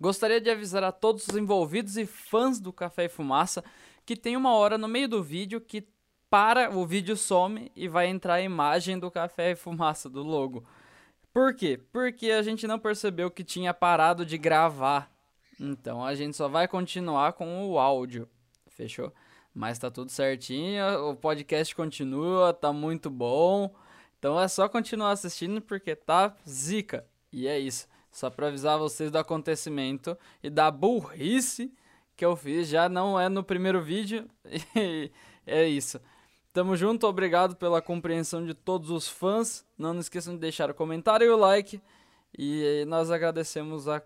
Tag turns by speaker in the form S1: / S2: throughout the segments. S1: Gostaria de avisar a todos os envolvidos e fãs do Café e Fumaça que tem uma hora no meio do vídeo que para, o vídeo some e vai entrar a imagem do Café e Fumaça, do logo. Por quê? Porque a gente não percebeu que tinha parado de gravar. Então a gente só vai continuar com o áudio. Fechou? Mas tá tudo certinho, o podcast continua, tá muito bom. Então é só continuar assistindo porque tá zica. E é isso. Só pra avisar vocês do acontecimento e da burrice que eu fiz. Já não é no primeiro vídeo. E é isso. Tamo junto, obrigado pela compreensão de todos os fãs. Não, não esqueçam de deixar o comentário e o like. E nós agradecemos a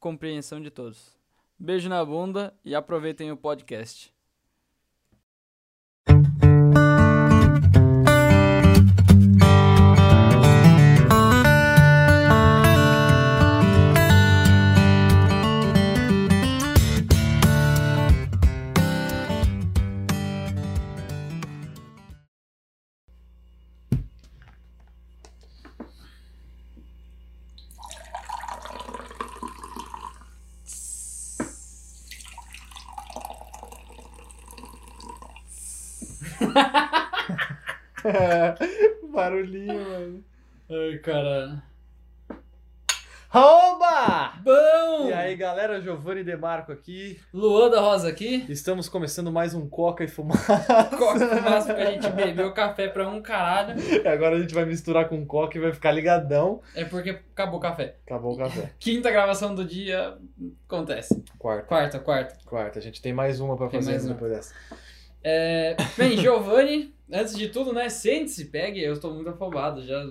S1: compreensão de todos. Beijo na bunda e aproveitem o podcast.
S2: Um Barulhinho, mano.
S1: Ai, cara.
S2: Rouba!
S1: Bom!
S2: E aí, galera, Giovanni Demarco aqui.
S1: Luan da Rosa aqui.
S2: Estamos começando mais um Coca e Fumaça.
S1: Coca e fumaça porque a gente bebeu café pra um caralho.
S2: Agora a gente vai misturar com Coca e vai ficar ligadão.
S1: É porque acabou o café.
S2: Acabou o café.
S1: Quinta gravação do dia acontece.
S2: Quarta.
S1: Quarta, quarta.
S2: Quarta. A gente tem mais uma pra
S1: Tem
S2: fazer
S1: mais uma.
S2: depois dessa.
S1: É, bem, Giovanni, antes de tudo, né? Sente-se, pegue. Eu tô muito afobado. Já,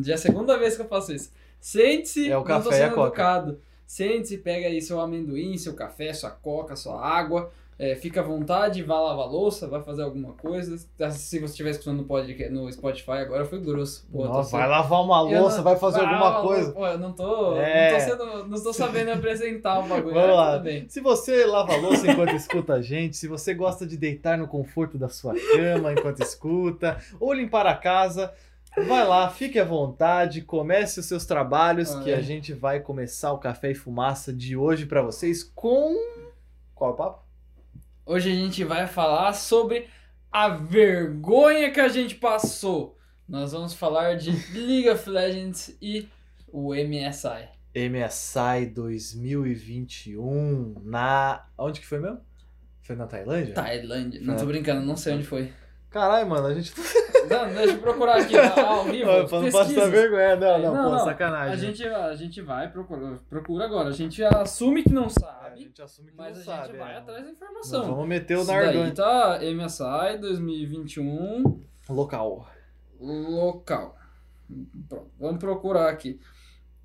S1: já é a segunda vez que eu faço isso. Sente-se,
S2: É o
S1: não tô
S2: café e a
S1: sendo
S2: coca.
S1: educado. Sente-se, pega aí seu amendoim, seu café, sua coca, sua água. É, fica à vontade, vá lavar louça, vai fazer alguma coisa. Se você estiver escutando no, podcast, no Spotify agora, eu fui grosso. Pô, eu tô
S2: Nossa,
S1: sendo-
S2: vai lavar uma
S1: Eu
S2: louça,
S1: não-
S2: vai fazer
S1: Ah,
S2: alguma
S1: maluco,
S2: coisa.
S1: Pô, eu não tô,
S2: É.
S1: não, tô sendo, não tô sabendo apresentar o bagulho.
S2: Vamos
S1: mas
S2: lá.
S1: tudo bem.
S2: Se você lava a louça enquanto escuta a gente, se você gosta de deitar no conforto da sua cama enquanto escuta, ou limpar a casa, vai lá, fique à vontade, comece os seus trabalhos, que
S1: É.
S2: a gente vai começar o Café e Fumaça de hoje pra vocês com. Qual é o papo?
S1: Hoje a gente vai falar sobre a vergonha que a gente passou. Nós vamos falar de League of Legends e o MSI.
S2: MSI 2021 na. Onde que foi mesmo? Foi na Tailândia?
S1: Tá. Tailândia. Não
S2: É.
S1: tô brincando, não sei onde foi.
S2: Caralho, mano, a gente
S1: Não, deixa eu procurar aqui ó, ao vivo.
S2: Ó, pra não passar
S1: pesquisa.
S2: vergonha. Não, não,
S1: Não,
S2: pô,
S1: não.
S2: sacanagem.
S1: A gente, a gente vai procurar procura agora. A gente assume que não
S2: É, a
S1: sabe,
S2: gente assume que
S1: mas
S2: não
S1: a
S2: sabe.
S1: gente
S2: é.
S1: vai atrás da
S2: Nós
S1: informação.
S2: Vamos meter o
S1: Isso daí
S2: Nargan.
S1: tá MSI 2021
S2: então. Local.
S1: local. Pronto, vamos procurar aqui.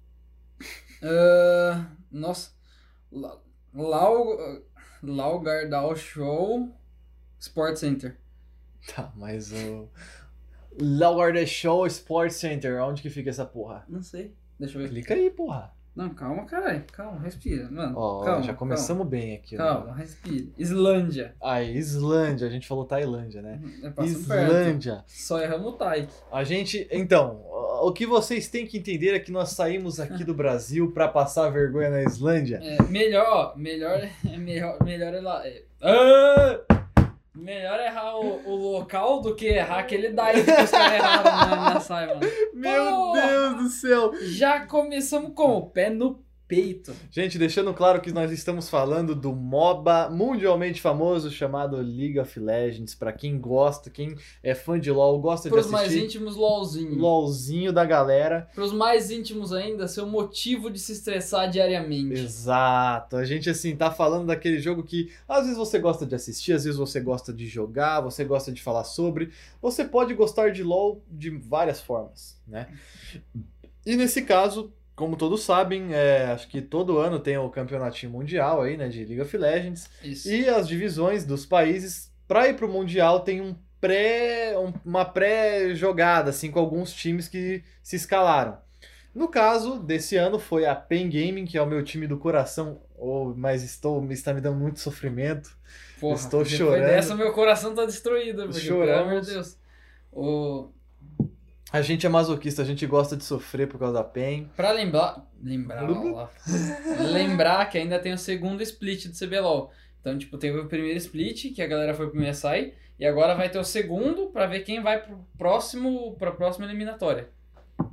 S1: Ah, nossa. La- Lau, Laugardal Show Sport Center.
S2: Tá, mas o. Laugarda Show Sports Center, onde que fica essa porra?
S1: Não sei. Deixa eu ver.
S2: Clica aí, porra.
S1: Não, calma, caralho. Calma, respira. Mano,
S2: Ó,
S1: calma.
S2: já começamos bem aqui. né?
S1: Calma, calma respira. Islândia.
S2: Aí, Islândia, a gente falou Tailândia, né?
S1: É, passou perto.
S2: Islândia.
S1: Só erramos o Taik.
S2: A gente, então, o que vocês têm que entender é que nós saímos
S1: Ah.
S2: aqui do Brasil pra passar vergonha na Islândia.
S1: É, melhor, ó, melhor, é melhor, melhor é lá. é- Ah! melhor errar o, o local do que errar aquele daí que os caras erraram na, na saia, mano.
S2: Meu
S1: Porra!
S2: Deus do céu!
S1: Já começamos com o pé no peito.
S2: Gente, deixando claro que nós estamos falando do MOBA mundialmente famoso chamado League of Legends. Pra quem gosta, quem é fã de LoL, gosta
S1: Pros
S2: de
S1: mais
S2: assistir
S1: íntimos, LOLzinho.
S2: LoLzinho da galera.
S1: Pros mais íntimos ainda, seu motivo de se estressar diariamente.
S2: Exato. A gente assim tá falando daquele jogo que às vezes você gosta de assistir, às vezes você gosta de jogar, você gosta de falar sobre. Você pode gostar de LoL de várias formas, né? E nesse caso, como todos sabem, é, acho que todo ano tem o campeonatinho mundial aí, né, de League of Legends.
S1: Isso.
S2: E as divisões dos países para ir pro mundial tem um pré um- uma pré-jogada assim com alguns times que se escalaram. No caso desse ano foi a Pen Gaming, que é o meu time do coração, ou mas estou está me dando muito sofrimento.
S1: Porra,
S2: estou
S1: depois
S2: chorando.
S1: Dessa, meu coração tá destruído, porque, pelo
S2: Choramos.
S1: amor de Deus. O...
S2: A gente é masoquista, a gente gosta de sofrer por causa da PEN.
S1: Pra lembrar. Lembrar.
S2: Hum?
S1: ó, lembrar que ainda tem o segundo split do CBLOL. Então, tipo, teve o primeiro split, que a galera foi pro MSI, e agora vai ter o segundo pra ver quem vai pro próximo, pra próxima eliminatória.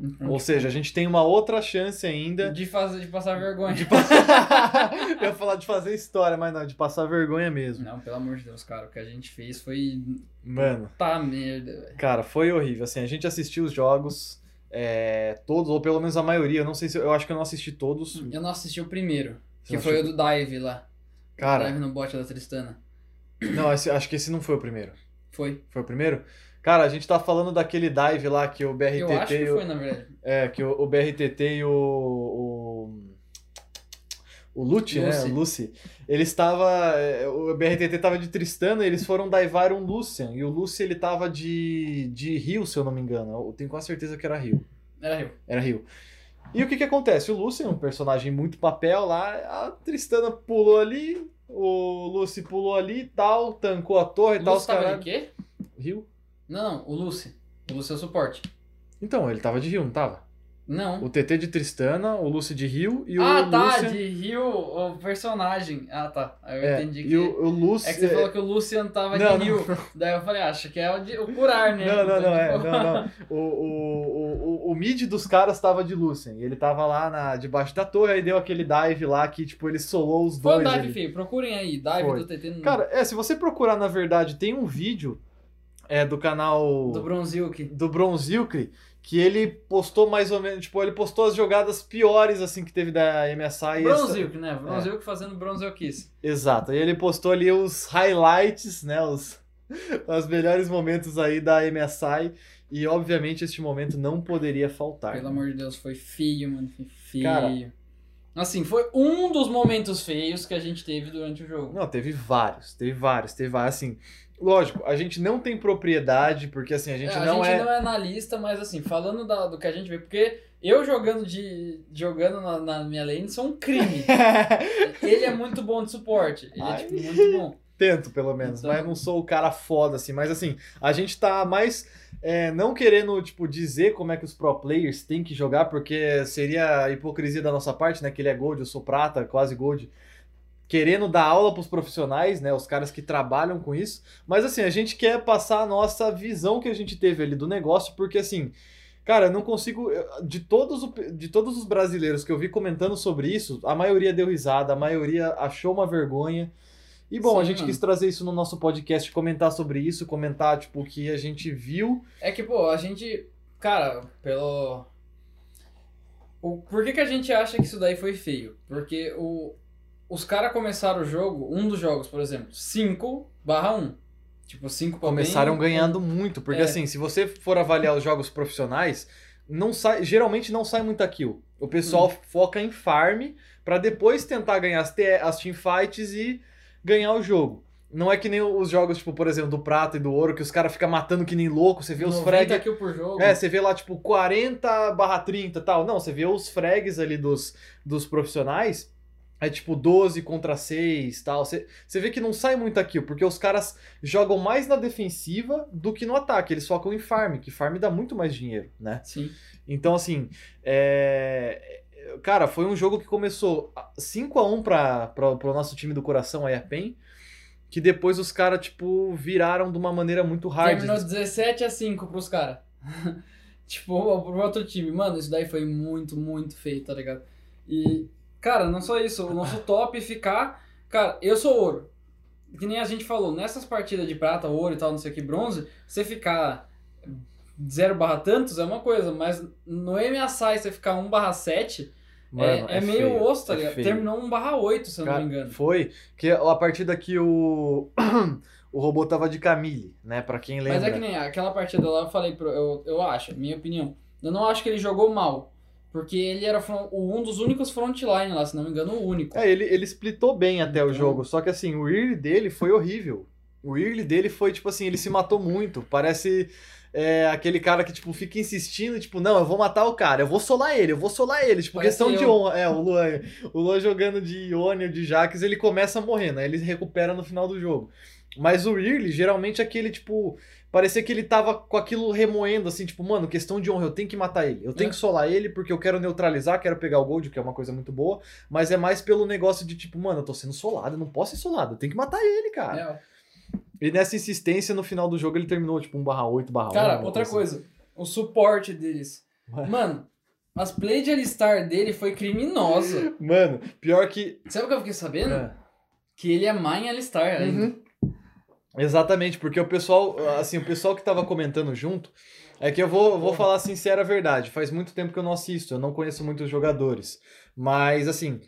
S1: Então,
S2: Ou seja, a gente tem uma outra chance ainda.
S1: de, fazer, de passar vergonha.
S2: De passar... Eu ia falar de fazer história, mas não, de passar vergonha mesmo.
S1: Não, pelo amor de Deus, cara, o que a gente fez foi.
S2: Mano,
S1: Tá merda, velho.
S2: cara, foi horrível. Assim, a gente assistiu os jogos, é, todos, ou pelo menos a maioria. Eu não sei se. Eu acho que eu não assisti todos.
S1: Eu não assisti o primeiro, Hum, que
S2: Você não
S1: foi o
S2: assistiu?
S1: do Dive lá.
S2: Cara,
S1: Dive no bot da Tristana. né?
S2: não, esse- acho que esse não foi o primeiro.
S1: Foi.
S2: Foi o primeiro? Cara, a gente tá falando daquele dive lá que o BRTT.
S1: Eu acho que
S2: e o-
S1: foi, na verdade.
S2: É, que o, o BRTT e o. O, o Lute, né?
S1: Lucy.
S2: O Lucy. Ele estava. é, O BRTT tava de Tristana e eles foram daivar um Lucian. E o Lucian ele tava de, de Rio, se eu não me engano. Eu tenho quase certeza que era Rio.
S1: Era eu.
S2: Era Rio. E o que que acontece? O Lucian, um personagem muito papel lá, a Tristana pulou ali, o Lucy pulou ali e tal, tancou a torre e
S1: O
S2: tal. Os
S1: Lúcio tava
S2: caras.
S1: de quê?
S2: Rio?
S1: Não, não, o Lucy. O Lucy é o suporte.
S2: Então, ele tava de Rio, não tava?
S1: Não.
S2: O TT de Tristana, o Lucy de Rio e
S1: ah,
S2: o
S1: tá,
S2: Lucian...
S1: de Rio, o personagem. Ah, tá. Aí eu
S2: É,
S1: entendi que.
S2: E o, o Lucy...
S1: É que você falou que o Lucian tava
S2: Não,
S1: de
S2: não.
S1: Rio. Daí eu falei, acho que é o, de, o curar, né?
S2: Não, não,
S1: Então,
S2: não, é,
S1: tipo,
S2: não, não. O, o, o, o, o mid dos caras tava de Lucian. e Ele tava lá na, debaixo da torre, aí deu aquele dive lá que, tipo, ele solou os
S1: Foi o
S2: dois
S1: dive,
S2: ali.
S1: filho. Procurem aí. Dive
S2: Foi.
S1: do TT no-
S2: Cara, é, se você procurar, na verdade, tem um vídeo é, do canal...
S1: do Bronzilk.
S2: do Bronzilcre, que ele postou mais ou menos, tipo, ele postou as jogadas piores, assim, que teve da MSI. e essa-
S1: Bronzilk, né? Bronzilk fazendo Bronzilkice.
S2: Exato. E ele postou ali os highlights, né? Os, os melhores momentos aí da MSI. E obviamente este momento não poderia faltar.
S1: Pelo amor de Deus, foi feio, mano. Foi feio.
S2: Cara.
S1: Assim, foi um dos momentos feios que a gente teve durante o jogo.
S2: Não, teve vários, teve vários, teve vários. Assim, lógico, a gente não tem propriedade, porque assim, a gente
S1: É,
S2: não é.
S1: analista, mas assim, falando da- do que a gente vê, porque eu jogando de jogando na, na minha lane, isso é um crime. ele é muito bom de suporte. Ele é
S2: Ai.
S1: tipo, muito bom.
S2: Tento, pelo menos,
S1: Então-
S2: mas não sou o cara foda, assim. Mas assim, a gente tá mais é, não querendo, tipo, dizer como é que os pro players têm que jogar, porque seria a hipocrisia da nossa parte, né? Que ele é gold, eu sou prata, quase gold. Querendo dar aula pros profissionais, né? Os caras que trabalham com isso. Mas assim, a gente quer passar a nossa visão que a gente teve ali do negócio, porque assim. Cara, eu não consigo. eu- De todos, o- de todos os brasileiros que eu vi comentando sobre isso, a maioria deu risada, a maioria achou uma vergonha. E bom, a
S1: Sim,
S2: gente
S1: mano.
S2: quis trazer isso no nosso podcast, comentar sobre isso, comentar, tipo, o que a gente viu.
S1: É que, pô, a gente. Cara, pelo. O, por que, que a gente acha que isso daí foi feio? Porque o, os caras começaram o jogo, um dos jogos, por exemplo, 5 barra 1. Tipo, 5 pra
S2: Começaram
S1: bem,
S2: ganhando muito, porque
S1: É.
S2: assim, se você for avaliar os jogos profissionais, não sai, geralmente não sai muita kill. O pessoal
S1: Hum.
S2: foca em farm pra depois tentar ganhar as, te- as teamfights e ganhar o jogo. Não é que nem os jogos, tipo, por exemplo, do prata e do ouro, que os caras ficam matando que nem louco, você vê os
S1: 90
S2: frag
S1: kill por jogo.
S2: É, você vê lá, tipo, 40 barra 30 e tal. Não, você vê os frags ali dos, dos profissionais. É tipo 12 contra 6 tal. Você, você vê que não sai muito aqui, porque os caras jogam mais na defensiva do que no ataque. Eles focam em farm, que farm dá muito mais dinheiro, né?
S1: Sim.
S2: Então, assim, é... cara, foi um jogo que começou 5 a 1 para o nosso time do coração, aí a PEN, que depois os caras, tipo, viraram de uma maneira muito hard.
S1: Terminou 17 a 5 pros caras. tipo, pro outro time. Mano, isso daí foi muito, muito feio, tá ligado? E, cara, não só isso. O nosso top é ficar. Cara, eu sou ouro. Que nem a gente falou, nessas partidas de prata, ouro e tal, não sei o que, bronze, você ficar 0 barra tantos é uma coisa, mas no MSI você ficar 1 barra 7
S2: Mano,
S1: é, é meio
S2: feio,
S1: osso, tá
S2: é
S1: ligado?
S2: feio.
S1: Terminou 1 barra 8, se eu
S2: Cara,
S1: não me engano.
S2: Foi que a partida que o o robô tava de Camille, né? Pra quem lembra.
S1: Mas é que nem aquela partida lá, eu falei, pro, eu, eu acho, minha opinião. Eu não acho que ele jogou mal. Porque ele era fron- o- um dos únicos frontline lá, se não me engano, o único.
S2: É, ele, ele splitou bem até o
S1: Então-
S2: jogo, só que assim, o ear dele foi horrível. O Early dele foi, tipo assim, ele se matou muito. Parece é, aquele cara que, tipo, fica insistindo, tipo, não, eu vou matar o cara, eu vou solar ele, eu vou solar ele. Tipo,
S1: Parece
S2: questão de
S1: eu.
S2: honra. É, o Luan. O Luan jogando de Ione ou de Jaques, ele começa morrendo, aí ele recupera no final do jogo. Mas o Early, geralmente, é aquele, tipo. Parecia que ele tava com aquilo remoendo, assim, tipo, mano, questão de honra, eu tenho que matar ele, eu tenho
S1: É.
S2: que solar ele porque eu quero neutralizar, quero pegar o Gold, que é uma coisa muito boa, mas é mais pelo negócio de, tipo, mano, eu tô sendo solado, eu não posso ser solado, eu tenho que matar ele, cara.
S1: É,
S2: E nessa insistência, no final do jogo, ele terminou, tipo, 1/8, 1/1.
S1: Cara, outra coisa, o suporte deles.
S2: Mano.
S1: Mano, as play de Alistar dele foi criminosa.
S2: assim. Mano, pior que.
S1: Sabe o que eu fiquei sabendo?
S2: É.
S1: Que ele é má em Alistar ainda.
S2: Uhum. Exatamente, porque o pessoal, assim, o pessoal que tava comentando junto, é que eu vou,
S1: Uhum.
S2: vou falar a sincera verdade. Faz muito tempo que eu não assisto, eu não conheço muitos jogadores. Mas, assim,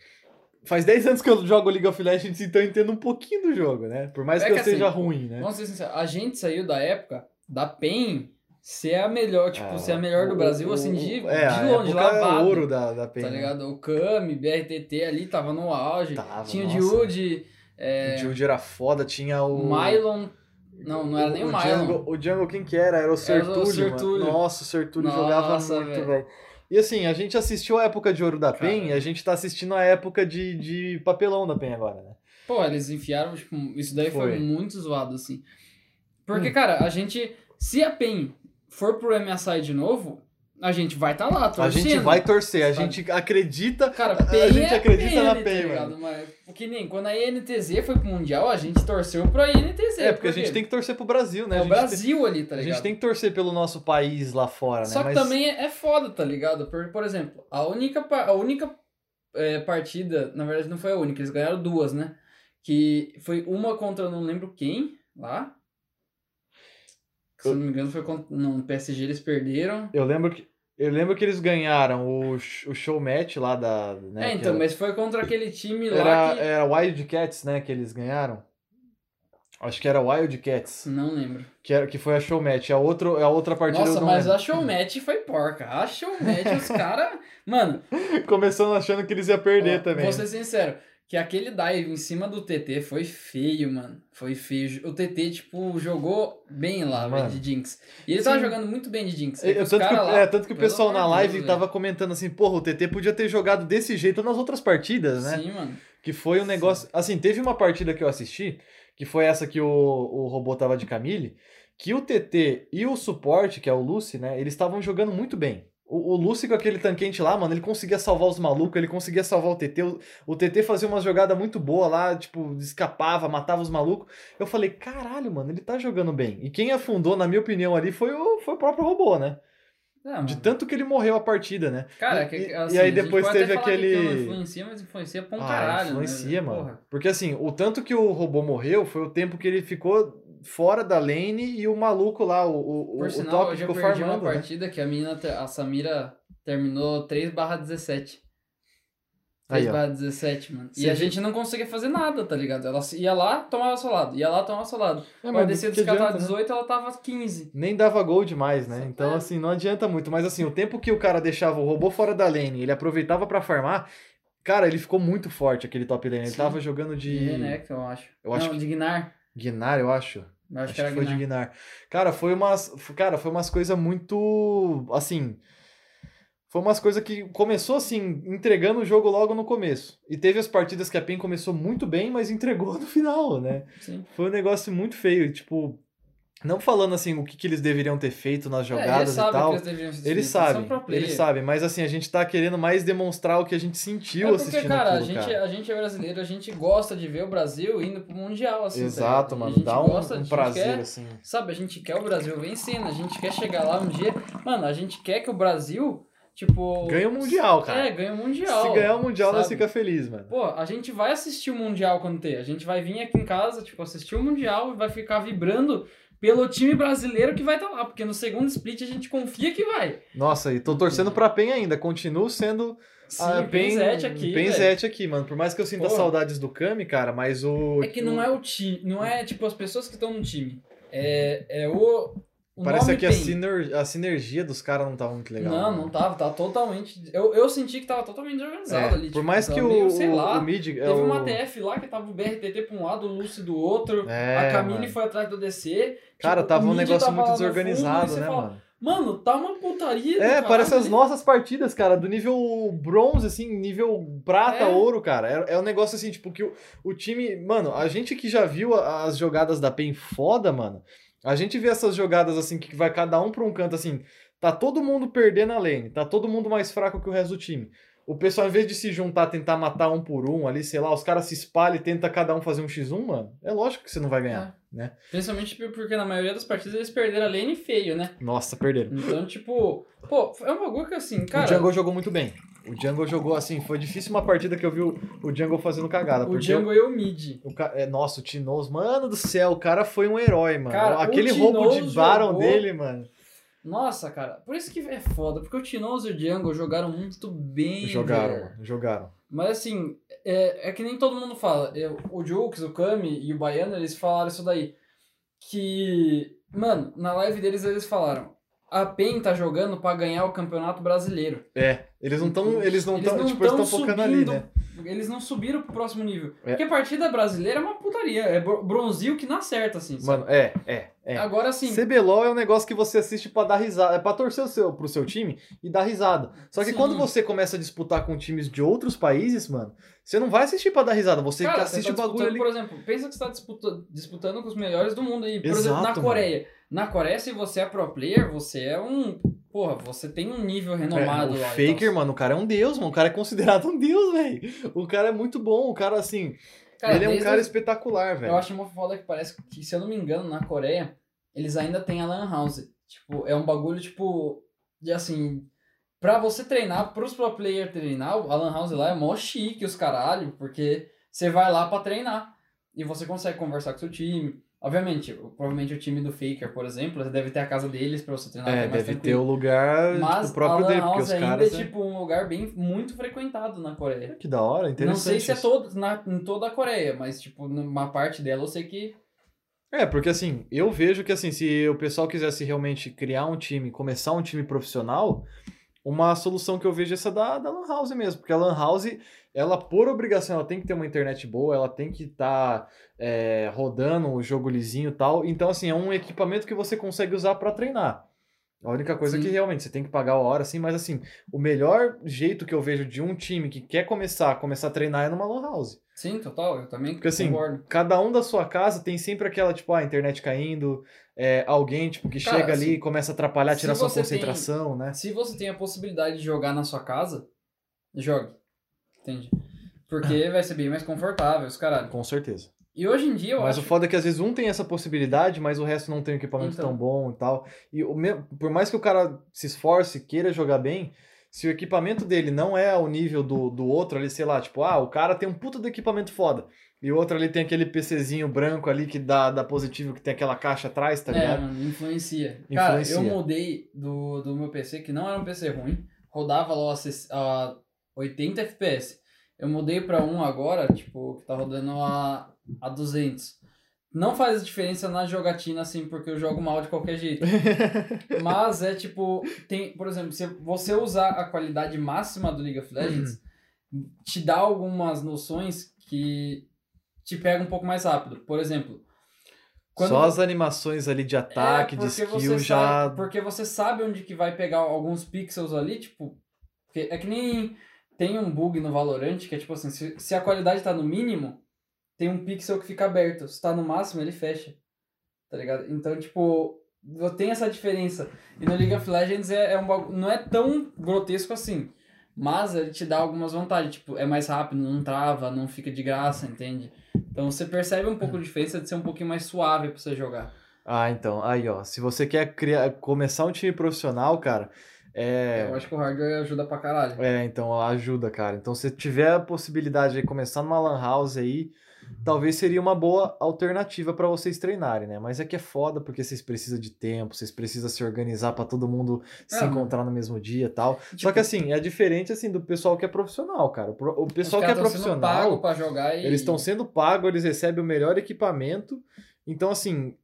S2: faz 10 anos que eu jogo League of Legends, então eu entendo um pouquinho do jogo, né? Por mais
S1: É
S2: que eu
S1: que assim,
S2: seja ruim, né?
S1: Vamos ser sinceros, a gente saiu da época da PEN ser a melhor, tipo,
S2: Ah,
S1: ser a melhor do
S2: o-
S1: Brasil,
S2: o-
S1: assim, de,
S2: é, a
S1: de longe,
S2: época
S1: lavado.
S2: ouro da, da PEN.
S1: Tá
S2: né?
S1: ligado? O Kami, BRTT ali, tava no auge.
S2: Tava,
S1: Tinha
S2: nossa.
S1: o Diud, É.
S2: O Jude era foda, tinha o.
S1: o Mylon. Não, não era nem o, Mylon.
S2: Jungle, o Jungle quem que era? Era o Sertúlio.
S1: Sertúlio.
S2: mano. Nossa, o Sertúlio
S1: Nossa,
S2: jogava muito,
S1: velho.
S2: velho. E assim, a gente assistiu a época de Ouro da PEN
S1: Cara.
S2: e a gente tá assistindo a época de, de papelão da PEN agora, né?
S1: Pô, eles enfiaram, tipo, isso daí foi,
S2: Foi. Hum.
S1: muito zoado, assim. Porque, cara, a gente, se a PEN for pro MSI de novo, a gente vai tá lá,
S2: A
S1: torcendo.
S2: gente vai torcer, a
S1: sabe?
S2: gente acredita.
S1: Cara,
S2: A
S1: PEN
S2: gente
S1: é
S2: acredita
S1: PN,
S2: na
S1: tá
S2: PEN,
S1: ligado? Mas, porque nem quando a INTZ foi pro Mundial, a gente torceu pra INTZ.
S2: É, porque a
S1: por
S2: gente
S1: quê?
S2: tem que torcer pro Brasil,
S1: É
S2: né? a
S1: o
S2: gente
S1: Brasil ali, tá
S2: Tem, a
S1: ligado?
S2: gente tem que torcer pelo nosso país lá fora, né?
S1: Só que
S2: Mas
S1: também é é foda, tá ligado? Por, por exemplo, a única, pa- a única é, partida, na verdade não foi a única, eles ganharam duas, né? Que foi uma contra eu não lembro quem lá. Se eu não me engano, foi contra. Não, no PSG eles perderam.
S2: Eu lembro que. Eu lembro que eles ganharam o, sh- o show match lá da. Né,
S1: é,
S2: que
S1: então,
S2: era-
S1: mas foi contra aquele time lá
S2: Era,
S1: que.
S2: era Wildcats, né? Que eles ganharam. Acho que era Wildcats.
S1: Não lembro.
S2: Que, era, que foi a showmatch. A, outro, a outra partida eu
S1: Nossa,
S2: não
S1: mas
S2: lembro.
S1: a showmatch foi porca. A showmatch, os caras. Mano,
S2: Começando achando que eles iam perder
S1: ó,
S2: também.
S1: vou ser sincero. Que aquele dive em cima do TT foi feio, mano. Foi feio. O TT, tipo, jogou bem lá,
S2: Mano.
S1: velho, de Jinx. E ele tava
S2: Sim.
S1: jogando muito bem de Jinx. né?
S2: Eu-
S1: Os
S2: tanto, que,
S1: cara lá,
S2: é, tanto que o
S1: pelo
S2: pessoal
S1: amor
S2: na
S1: de
S2: live
S1: Deus, né?
S2: tava comentando assim, porra, o TT podia ter jogado desse jeito nas outras partidas, né?
S1: velho. Sim, mano.
S2: Que foi um negócio. Assim, teve uma partida que eu assisti, que foi essa que o, o robô tava de Camille, que o TT e o suporte, que é o Lucy, né? Eles estavam jogando muito bem. O, o Lucy com aquele tanquente lá, mano, ele conseguia salvar os malucos, ele conseguia salvar o TT. O, o TT fazia uma jogada muito boa lá, tipo, escapava, matava os malucos. Eu falei, caralho, mano, ele tá jogando bem. E quem afundou, na minha opinião, ali foi o, foi o próprio robô, né?
S1: É, mano.
S2: De tanto que ele morreu a partida, né?
S1: Cara,
S2: E-
S1: que,
S2: e-
S1: assim,
S2: e aí
S1: a gente
S2: depois
S1: pode até
S2: teve
S1: falar que
S2: aquele- Ah,
S1: aquilo influencia, mas influencia pra um caralho.
S2: influencia,
S1: né?
S2: mano.
S1: Porra.
S2: Porque assim, o tanto que o robô morreu foi o tempo que ele ficou fora da lane e o maluco lá, o, o,
S1: Por
S2: o
S1: sinal,
S2: top
S1: hoje eu
S2: ficou
S1: perdi uma
S2: farmando. né?
S1: partida que a menina, te- a Samira, terminou 3 barra 17.
S2: Aí,
S1: 3
S2: ó.
S1: barra 17, mano.
S2: Sim.
S1: E a gente não conseguia fazer nada, tá ligado? Ela se- ia lá, tomava seu lado. Ia lá, tomava seu lado.
S2: É,
S1: Quando a
S2: do
S1: descida
S2: que
S1: dos caras tava
S2: adianta, né?
S1: 18, ela tava 15.
S2: Nem dava gol demais, né?
S1: Só-
S2: Então,
S1: é.
S2: assim, não adianta muito. Mas, assim, o tempo que o cara deixava o robô fora da lane, ele aproveitava pra farmar. Cara, ele ficou muito forte aquele top lane. Ele
S1: Sim.
S2: tava jogando
S1: De
S2: de.
S1: Renek, eu acho.
S2: Eu acho
S1: não,
S2: que-
S1: de Gnar.
S2: Gnar, eu acho.
S1: Eu acho,
S2: Acho
S1: que era
S2: que foi de
S1: Gnar.
S2: Guinar. Cara, foi umas. Cara, foi umas coisas muito. Assim. Foi umas coisas que começou assim, entregando o jogo logo no começo. E teve as partidas que a PEN começou muito bem, mas entregou no final, né?
S1: Sim.
S2: Foi um negócio muito feio. e, Tipo, não falando assim o que, que eles deveriam ter feito nas
S1: É,
S2: jogadas e tal.
S1: eles deveriam se despedir,
S2: Eles sabem,
S1: são pro player.
S2: eles sabem, mas assim, a gente tá querendo mais demonstrar o que a gente
S1: É
S2: sentiu
S1: porque,
S2: assistindo
S1: cara,
S2: aquilo,
S1: a, gente,
S2: cara.
S1: a gente é brasileiro, a gente gosta de ver o Brasil indo pro Mundial, assim. tá ligado? E
S2: Exato,
S1: a
S2: mano,
S1: gente
S2: dá um,
S1: gosta, a
S2: um
S1: gente
S2: prazer,
S1: quer-
S2: assim.
S1: Sabe, a gente quer o Brasil vencendo, a gente quer chegar lá um dia. Mano, a gente quer que o Brasil, tipo.
S2: Ganha o Mundial, cara.
S1: É, ganha o Mundial.
S2: Se ganhar um- o Mundial, nós
S1: sabe?
S2: fica feliz, mano.
S1: Pô, a gente vai assistir o Mundial quando ter. A gente vai vir aqui em casa, tipo, assistir o Mundial e vai ficar vibrando pelo time brasileiro que vai estar lá. Porque no segundo split a gente confia que vai.
S2: Nossa, e tô torcendo pra PEN ainda. Continuo sendo
S1: Sim,
S2: Ah, é
S1: Penzete é aqui. velho.
S2: Penzete aqui, mano. Por mais que eu sinta
S1: Porra.
S2: saudades do Kami, cara, mas o.
S1: É que não é o time, não é tipo as pessoas que estão no time. É, é o, o
S2: Parece
S1: nome
S2: que a,
S1: tem.
S2: siner- a sinergia dos caras não tava muito legal.
S1: Não, tá
S2: né?
S1: não tava, tava totalmente. Eu, eu senti que tava totalmente desorganizado
S2: É,
S1: ali.
S2: por
S1: tipo,
S2: mais
S1: tava
S2: que o,
S1: meio, sei lá,
S2: o mid. É
S1: teve
S2: o...
S1: uma TF lá que tava o BRTT pra um lado, o Lucy do outro,
S2: É,
S1: a Camille
S2: mano.
S1: foi atrás do DC.
S2: Cara,
S1: tipo,
S2: tava
S1: o
S2: um
S1: mid
S2: negócio
S1: tava
S2: muito
S1: lá no fundo,
S2: desorganizado,
S1: aí você
S2: né,
S1: fala,
S2: mano?
S1: Mano, tá uma putaria. do
S2: É,
S1: caralho,
S2: parece as
S1: né?"
S2: nossas partidas, cara, do nível bronze, assim, nível prata,
S1: É.
S2: ouro, cara. É, é um negócio assim, tipo, que o, o time. Mano, a gente que já viu a- as jogadas da PEN foda, mano. A gente vê essas jogadas assim, que vai cada um pra um canto, assim. Tá todo mundo perdendo a lane, tá todo mundo mais fraco que o resto do time. O pessoal, em vez de se juntar, tentar matar um por um ali, sei lá, os caras se espalham e tenta cada um fazer um x1, mano. É lógico que você não vai ganhar, né?
S1: É. Principalmente porque na maioria das partidas eles perderam a lane feio, né?
S2: Nossa, perderam.
S1: Então, tipo, pô, é um bagulho que assim, cara.
S2: Tipo, o Jungle jogou muito bem. O Jungle jogou assim, foi difícil uma partida que eu vi o, o Jungle fazendo cagada.
S1: O
S2: porque
S1: Django e o Mid.
S2: o ca- é, nossa, o Tinoz, mano do céu, o cara foi um herói, mano.
S1: Cara, o
S2: Aquele roubo de
S1: Tinoz
S2: Baron
S1: jogou-
S2: dele, mano.
S1: Nossa, cara, por isso que é foda, porque o Tinoz e o Django jogaram muito bem.
S2: Jogaram,
S1: velho.
S2: mano, jogaram.
S1: Mas assim, é, é que nem todo mundo fala. Eu- o Jukes, o Kami e o Baiano, eles falaram isso daí. Que, mano, na live deles eles falaram. A PEN tá jogando pra ganhar o campeonato brasileiro.
S2: É, eles não estão. Eles não estão. Tipo, eles
S1: tão
S2: estão focando ali,
S1: subindo,
S2: né?
S1: Eles não subiram pro próximo nível.
S2: É.
S1: Porque a partida brasileira é uma putaria. É bro- bronzio que não acerta, assim. sabe?
S2: Mano, é, é, é.
S1: Agora assim, sim.
S2: CBLOL é um negócio que você assiste pra dar risada, é pra torcer o seu, pro seu time e dar risada. Só que
S1: Sim.
S2: quando você começa a disputar com times de outros países, mano, você não vai assistir pra dar risada, você
S1: Cara, você
S2: assiste
S1: tá
S2: o bagulho
S1: disputando,
S2: ali.
S1: Por exemplo, pensa que você tá disputa- disputando com os melhores do mundo aí. Por
S2: Exato,
S1: exemplo, na
S2: mano.
S1: Coreia. Na Coreia, se você é pro player, você é um. Porra, você tem um nível renomado
S2: É, o
S1: lá. então e
S2: Faker,
S1: tal.
S2: mano, o cara é um deus, mano. O cara é considerado um deus, velho. O cara é muito bom. O cara, assim,
S1: Cara,
S2: ele é um
S1: desde-
S2: cara espetacular,
S1: Eu
S2: velho.
S1: acho uma foda que parece que, se eu não me engano, na Coreia, eles ainda têm a Lan House. Tipo, é um bagulho, tipo. De assim. Pra você treinar, pros pro player treinar, a Lan House lá é mó chique os caralho, porque você vai lá pra treinar. E você consegue conversar com seu time. Obviamente, o- provavelmente o time do Faker, por exemplo, deve ter a casa deles pra você treinar. que
S2: É,
S1: mais
S2: deve ter
S1: tranquilo.
S2: o lugar
S1: Mas
S2: tipo, próprio
S1: a Lan
S2: dele, porque
S1: House
S2: os
S1: ainda
S2: caras.
S1: é tipo um lugar bem muito frequentado na Coreia.
S2: né? Que da hora,
S1: Não
S2: interessante.
S1: sei se é
S2: isso.
S1: todo, na, em toda a Coreia, mas tipo, numa parte dela eu sei que
S2: É, porque assim, eu vejo que assim, se o pessoal quisesse realmente criar um time, começar um time profissional, uma solução que eu vejo é essa da, da Lan House mesmo. Porque a Lan House, ela por obrigação, ela tem que ter uma internet boa, ela tem que estar rodando o jogo lisinho e tal. Então, assim, é um equipamento que você consegue usar pra treinar. A única coisa é
S1: Sim.
S2: que realmente você tem que pagar a hora, assim, mas assim, o melhor jeito que eu vejo de um time que quer começar, começar a treinar é numa Lan House.
S1: Sim, total, eu também
S2: Porque, assim,
S1: concordo.
S2: cada um da sua casa tem sempre aquela, tipo, ah, a internet caindo, é, alguém, tipo, que
S1: Cara,
S2: chega ali
S1: se-
S2: e começa a atrapalhar,
S1: se
S2: tirar sua
S1: você tem-
S2: concentração, né?
S1: Se você tem a possibilidade de jogar na sua casa, jogue. Entende?
S2: Ah.
S1: Porque vai ser bem mais confortável, os caralho.
S2: Com certeza.
S1: E hoje em dia eu
S2: Mas o
S1: acho.
S2: foda é que às vezes um tem essa possibilidade, mas o resto não tem um equipamento
S1: Então.
S2: tão bom e tal. E o me... por mais que o cara se esforce, queira jogar bem, se o equipamento dele não é ao nível do, do outro ali, sei lá, tipo, ah, o cara tem um puta do equipamento foda. E o outro ali tem aquele PCzinho branco ali que dá, dá positivo, que tem aquela caixa atrás, tá
S1: é,
S2: ligado?
S1: mano, influencia. Cara, eu
S2: Influencia.
S1: mudei do, do meu PC, que não era um PC ruim, rodava lá a ses- a 80 FPS. Eu mudei pra um agora, tipo, que tá rodando a, a 200. Não faz diferença na jogatina, assim, porque eu jogo mal de qualquer jeito. Mas é tipo, tem, por exemplo, se você usar a qualidade máxima do League of Legends, te dá algumas noções que te pega um pouco mais rápido. Por exemplo,
S2: Só as animações ali de
S1: É,
S2: ataque, de
S1: porque você
S2: skill já
S1: sabe- porque você sabe onde que vai pegar alguns pixels ali, tipo, porque é que nem tem um bug no Valorant que é tipo assim, se, se a qualidade tá no mínimo, tem um pixel que fica aberto, se tá no máximo ele fecha. Tá ligado? Então, tipo, tem essa diferença. E no League of Legends é, é um bagulho. Não é tão grotesco assim. Mas ele te dá algumas vantagens. Tipo, é mais rápido, não trava, não fica de graça, entende? Então você percebe um pouco
S2: Uhum.
S1: a diferença de ser um pouquinho mais suave pra você jogar.
S2: Ah, então, aí ó, se você quer criar, começar um time profissional, cara,
S1: Eu
S2: é,
S1: acho que o hardware ajuda pra caralho.
S2: é, então ó, ajuda, cara. Então, se tiver a possibilidade de começar numa lan house aí, talvez seria uma boa alternativa pra vocês treinarem, né? Mas é que é foda porque vocês precisam de tempo, vocês precisam se organizar pra todo mundo se
S1: É.
S2: encontrar no mesmo dia, e tal. Só
S1: Tipo,
S2: que assim, é diferente assim do pessoal que é profissional, cara. O pro- O
S1: os
S2: pessoal que é
S1: caras tão sendo
S2: profissional,
S1: pago pra jogar e...
S2: eles estão sendo pagos, eles recebem o melhor equipamento. Então, assim,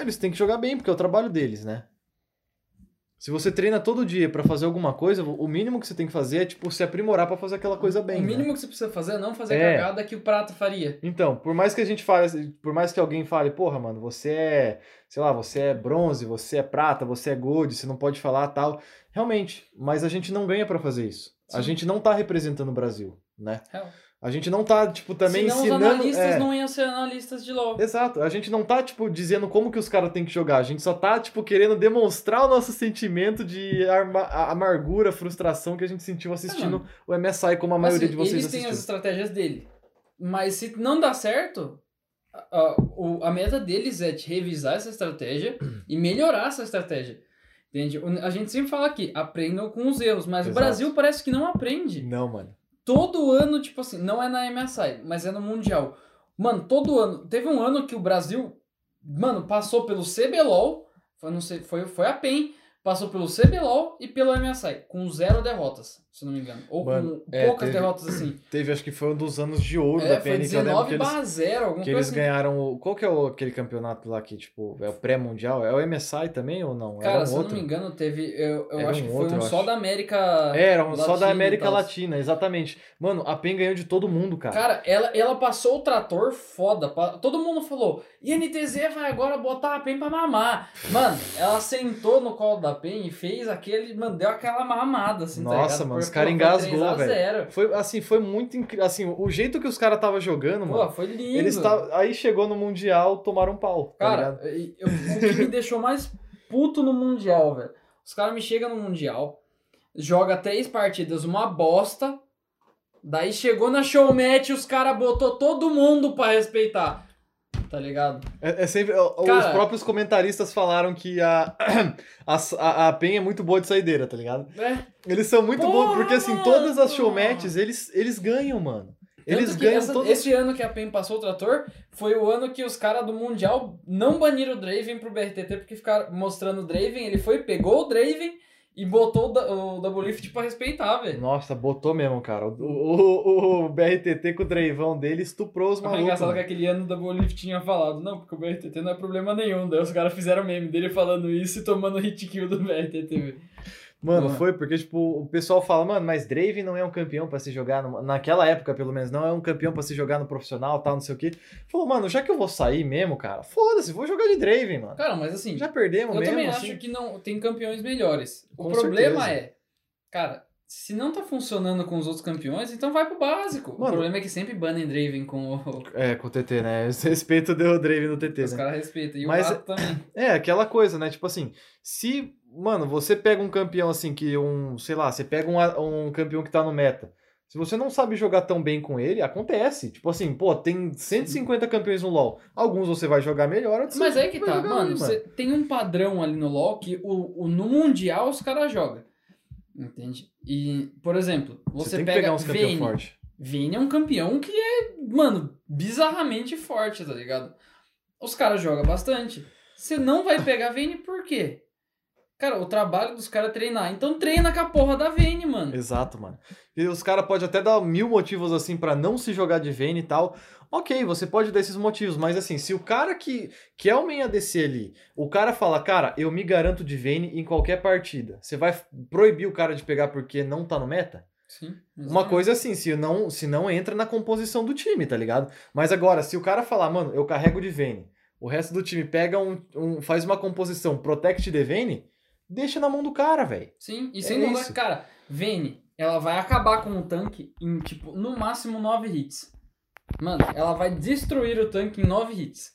S2: eles têm que jogar bem, porque é o trabalho deles, né? Se você treina todo dia pra fazer alguma coisa, o mínimo que você tem que fazer é, tipo, se aprimorar pra fazer aquela coisa bem.
S1: o
S2: né?
S1: mínimo que você precisa fazer é não fazer
S2: É.
S1: a cagada que o prato faria.
S2: Então, por mais que a gente fale, por mais que alguém fale, porra, mano, você é, sei lá, você é bronze, você é prata, você é gold, você não pode falar tal. Realmente, mas a gente não ganha pra fazer isso. A
S1: Sim.
S2: gente não tá representando o Brasil, né?
S1: Real.
S2: A gente não tá, tipo, também
S1: Senão
S2: ensinando.
S1: os analistas
S2: é.
S1: não iam ser analistas de LOL.
S2: Exato, a gente não tá, tipo, dizendo como que os caras têm que jogar, a gente só tá, tipo, querendo demonstrar o nosso sentimento de arma- a- amargura, frustração que a gente sentiu assistindo o MSI, como a maioria
S1: É, Assim,
S2: de vocês
S1: eles têm
S2: assistiu.
S1: as estratégias dele. Mas se não dá certo, a, a- o- a meta deles é de revisar essa estratégia e melhorar essa estratégia. Entende? O- A gente sempre fala aqui, aprendam com os erros, mas
S2: Exato.
S1: o Brasil parece que não aprende.
S2: Não, mano.
S1: Todo ano, tipo assim, não é na MSI, mas é no Mundial. Mano, todo ano. Teve um ano que o Brasil, mano, passou pelo CBLOL, foi, não sei, foi, foi a PEN, passou pelo CBLOL e pelo MSI, com zero derrotas, se não me engano. Ou
S2: Mano,
S1: com
S2: é,
S1: poucas
S2: teve-
S1: derrotas assim.
S2: Teve, acho que foi um dos anos de ouro da
S1: É, foi
S2: PN, que eu lembro
S1: 19
S2: que eles,
S1: barra 0, alguma coisa
S2: que eles
S1: assim.
S2: ganharam o... Qual que é o- aquele campeonato lá que, tipo, é o pré-mundial? É o MSI também ou não?
S1: Cara,
S2: Era um
S1: se eu
S2: outro?
S1: não me engano, teve. Eu, eu
S2: Era
S1: acho
S2: um
S1: que
S2: outro,
S1: foi um
S2: eu
S1: só
S2: acho.
S1: da América.
S2: Era, um só
S1: Latina
S2: da
S1: e
S2: América
S1: tal.
S2: Latina, exatamente. Mano, a PEN ganhou de todo mundo, cara.
S1: Cara, ela, ela passou o trator foda. pa- Todo mundo falou: INTZ vai agora botar a PEN pra mamar. Mano, ela sentou no colo da PEN e fez aquele. Mano, deu aquela mamada assim, tá
S2: Nossa,
S1: ligado?
S2: mano, os
S1: Porque,
S2: cara
S1: pô,
S2: engasgou,
S1: foi 3 a
S2: velho.
S1: 0.
S2: Foi, assim, foi muito incrível. Assim, o jeito que os caras tava jogando, mano...
S1: Pô, foi lindo.
S2: Eles tá... Aí chegou no Mundial, tomaram um pau. tá
S1: Cara,
S2: ligado?
S1: e- eu- o que me deixou mais puto no Mundial, velho. Os caras me chegam no Mundial, joga três partidas, uma bosta. Daí chegou na showmatch, os caras botou todo mundo pra respeitar. Tá ligado?
S2: é, é sempre. o- Os
S1: Cara-
S2: próprios comentaristas falaram que a, a, a, a PEN é muito boa de saideira, tá ligado?
S1: É.
S2: Eles são muito bons,
S1: Porra,
S2: porque assim, todas as
S1: mano!
S2: showmatches, eles, eles ganham, mano. Eles
S1: Tanto que
S2: ganham
S1: essa-
S2: todas.
S1: Esse ano que a PEN passou o trator foi o ano que os caras do Mundial não baniram o Draven pro BRTT porque ficaram mostrando o Draven. Ele foi, pegou o Draven e botou o da- o Double Lift pra respeitar, velho.
S2: Nossa, botou mesmo, cara. O, o, o- o BRTT com o Dreivão dele estuprou os malucos.
S1: Arregaçado é que
S2: mano.
S1: aquele ano da Bolívia tinha falado, não, porque o BRTT não é problema nenhum. Daí os caras fizeram meme dele falando isso e tomando hit kill do BRTT. velho.
S2: Mano,
S1: Mano.
S2: foi porque, tipo, o pessoal fala, mano, mas Draven não é um campeão pra se jogar. no- Naquela época, pelo menos, não é um campeão pra se jogar no profissional, tal, não sei o quê. Falou, mano, já que eu vou sair mesmo, cara, foda-se, vou jogar de Draven, mano.
S1: Cara, mas assim,
S2: Já perdemos
S1: eu
S2: mesmo.
S1: também
S2: assim.
S1: acho que não tem campeões melhores. O
S2: Com
S1: problema
S2: certeza.
S1: é, cara, se não tá funcionando com os outros campeões, então vai pro básico.
S2: Mano.
S1: O problema é que sempre banem Draven com o...
S2: É, com o TT, né? Esse respeito deu o Draven no TT,
S1: Os
S2: né?
S1: caras respeitam. E
S2: Mas-
S1: o Rato também.
S2: É, aquela coisa, né? Tipo assim, se, mano, você pega um campeão assim que um, sei lá, você pega um, a- um campeão que tá no meta. Se você não sabe jogar tão bem com ele, acontece. Tipo assim, pô, tem 150 campeões no LoL. Alguns você vai jogar melhor, outros
S1: Mas
S2: você
S1: é que
S2: vai
S1: tá,
S2: jogar
S1: mano,
S2: ruim,
S1: você tem um padrão ali no LoL que o, o- no Mundial os caras jogam. Entende? E, por exemplo,
S2: Você
S1: você,
S2: tem que
S1: pega
S2: pegar uns campeões
S1: Vayne.
S2: fortes.
S1: Vini é um campeão que é, mano, bizarramente forte, tá ligado? Os caras jogam bastante. Você não vai pegar Vini por quê? Cara, o trabalho dos caras é treinar. Então treina com a porra da Vini, mano.
S2: Exato, mano. E os caras podem até dar mil motivos assim pra não se jogar de Vayne e tal. Ok, você pode dar esses motivos, mas assim, se o cara que, que é o main ADC ali, o cara fala, cara, eu me garanto de Vayne em qualquer partida, você vai proibir o cara de pegar porque não tá no meta?
S1: Sim.
S2: Uma coisa assim, se não, se não entra na composição do time, tá ligado? Mas agora, se o cara falar, mano, eu carrego de Vayne, o resto do time pega um, um faz uma composição Protect de Vayne, deixa na mão do cara, velho.
S1: Sim, e
S2: É
S1: sem contar que,
S2: isso.
S1: cara, Vayne, ela vai acabar com o tanque em, tipo, no máximo 9 hits. Mano, ela vai destruir o tanque em 9 hits.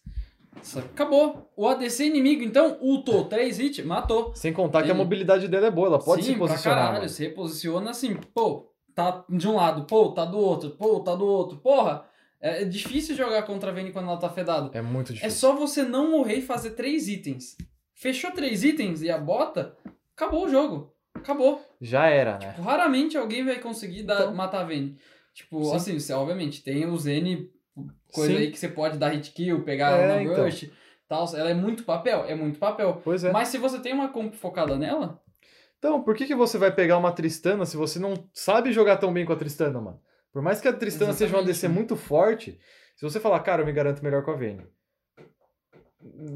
S1: Só que Acabou. O ADC inimigo, então, ultou 3 hits, matou.
S2: Sem contar que a
S1: Sim.
S2: mobilidade dela é boa, ela pode
S1: Sim,
S2: se
S1: pra
S2: posicionar.
S1: caralho,
S2: mano.
S1: se reposiciona assim, pô, tá de um lado, pô, tá do outro, pô, tá do outro. Porra, é é difícil jogar contra a Vayne quando ela tá fedada.
S2: É muito
S1: É
S2: difícil.
S1: só você não morrer e fazer três itens. Fechou três itens e a bota, acabou o jogo. Acabou.
S2: Já era,
S1: tipo,
S2: né?
S1: Raramente alguém vai conseguir dar,
S2: Então-
S1: matar a Vayne. Tipo,
S2: Sim.
S1: assim, você, obviamente, tem o Zene, coisa
S2: Sim.
S1: aí que você pode dar hit kill, pegar
S2: É,
S1: ela no
S2: então.
S1: rush, tal. Ela é muito papel, é muito papel.
S2: Pois é.
S1: Mas se você tem uma comp focada nela,
S2: Então, por que, que você vai pegar uma Tristana se você não sabe jogar tão bem com a Tristana, mano? Por mais que a Tristana seja uma
S1: Exatamente,
S2: DC
S1: né?
S2: muito forte, se você falar, cara, eu me garanto melhor com a Vayne.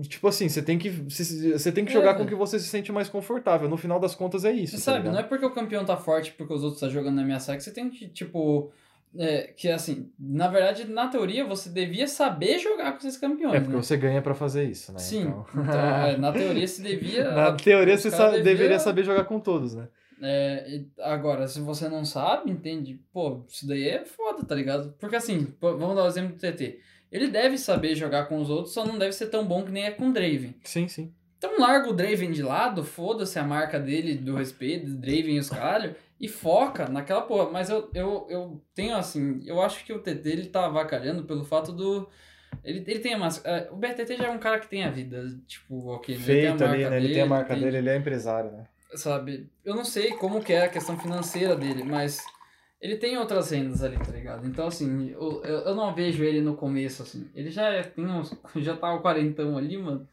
S2: Tipo assim, você tem que, você tem que
S1: É,
S2: jogar com
S1: velho.
S2: o que você se sente mais confortável. No final das contas é isso.
S1: Você
S2: tá
S1: sabe,
S2: ligado?
S1: não é porque o campeão tá forte porque os outros tá jogando na ameaçar que você tem que, tipo. É, que assim, na verdade, na teoria, você devia saber jogar com esses campeões.
S2: É porque
S1: né?
S2: você ganha pra fazer isso, né?
S1: Sim.
S2: Então-
S1: Então, é, na teoria, se devia.
S2: Na teoria,
S1: os
S2: você
S1: cara
S2: sa-
S1: devia-
S2: deveria saber jogar com todos, né?
S1: É, e agora, se você não sabe, entende? Pô, isso daí é foda, tá ligado? Porque assim, pô, vamos dar o exemplo do TT. Ele deve saber jogar com os outros, só não deve ser tão bom que nem é com o Draven.
S2: Sim, sim.
S1: Então larga o Draven de lado, foda-se a marca dele, do respeito, do Draven e os caralho, e foca naquela porra. Mas eu, eu, eu tenho assim, eu acho que o TT ele tá avacalhando pelo fato do. Ele, ele tem a máscara. O BTT já é um cara que tem a vida, tipo, ok. ele tem a
S2: Feito ali,
S1: marca
S2: né? Ele tem a marca
S1: tem-
S2: dele, ele é empresário, né?
S1: sabe? Eu não sei como que é a questão financeira dele, mas ele tem outras rendas ali, tá ligado? Então, assim, eu, eu eu não vejo ele no começo, assim. Ele já é- tem uns, já tá o quarentão ali, mano.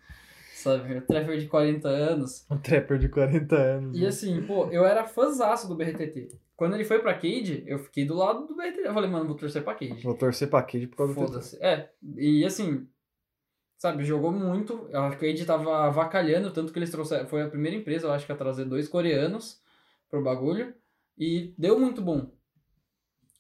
S1: Sabe? O Trevor de 40 anos.
S2: Um trapper de 40 anos.
S1: E
S2: né?
S1: assim, pô, eu era fãzaço do BRTT. Quando ele foi pra Cade, eu fiquei do lado do BRTT. Eu falei, mano, vou torcer pra Cade.
S2: Vou torcer pra Kid por causa do TT.
S1: Foda-se. É, e assim, sabe, jogou muito. Eu acho que a Cade tava avacalhando, tanto que eles trouxeram. Foi a primeira empresa, eu acho, que a trazer dois coreanos pro bagulho. E deu muito bom.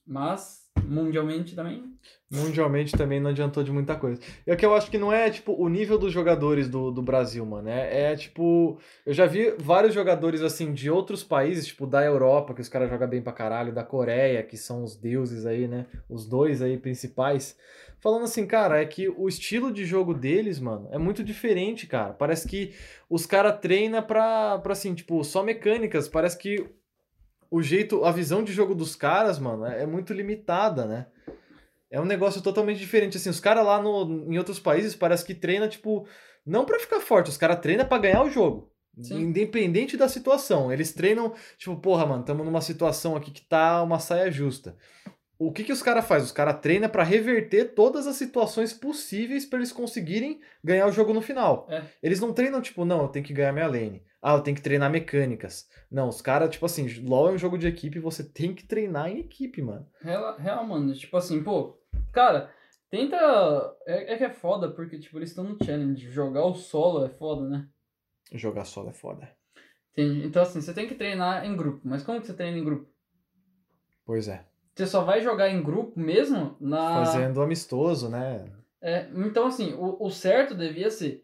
S1: Mas, mundialmente também.
S2: Mundialmente também não adiantou de muita coisa. E é que eu acho que não é, tipo, o nível dos jogadores do, do Brasil, mano. É, é, tipo. Eu já vi vários jogadores, assim, de outros países, tipo, da Europa, que os caras jogam bem pra caralho, da Coreia, que são os deuses aí, né? Os dois aí principais. Falando assim, cara, é que o estilo de jogo deles, mano, é muito diferente, cara. Parece que os caras treinam pra, pra, assim, tipo, só mecânicas. Parece que o jeito, a visão de jogo dos caras, mano, é é muito limitada, né? É um negócio totalmente diferente. Assim, os caras lá no, em outros países parece que treina, tipo, não pra ficar forte, os caras treinam pra ganhar o jogo.
S1: Sim.
S2: Independente da situação. Eles treinam, tipo, porra, mano, estamos numa situação aqui que tá uma saia justa. O que, que os caras faz? Os caras treinam pra reverter todas as situações possíveis pra eles conseguirem ganhar o jogo no final.
S1: É.
S2: Eles não treinam, tipo, não, eu tenho que ganhar minha lane. Ah, eu tenho que treinar mecânicas. Não, os caras, tipo assim, LOL é um jogo de equipe, você tem que treinar em equipe, mano.
S1: Real, real, mano. Tipo assim, pô, cara, tenta. É, é que é foda, porque, tipo, eles estão no challenge. Jogar o solo é foda, né?
S2: Jogar solo é foda.
S1: Entende? Então, assim, você tem que treinar em grupo. Mas como que você treina em grupo?
S2: Pois é.
S1: Você só vai jogar em grupo mesmo na.
S2: Fazendo amistoso, né?
S1: É, então, assim, o, o certo devia ser: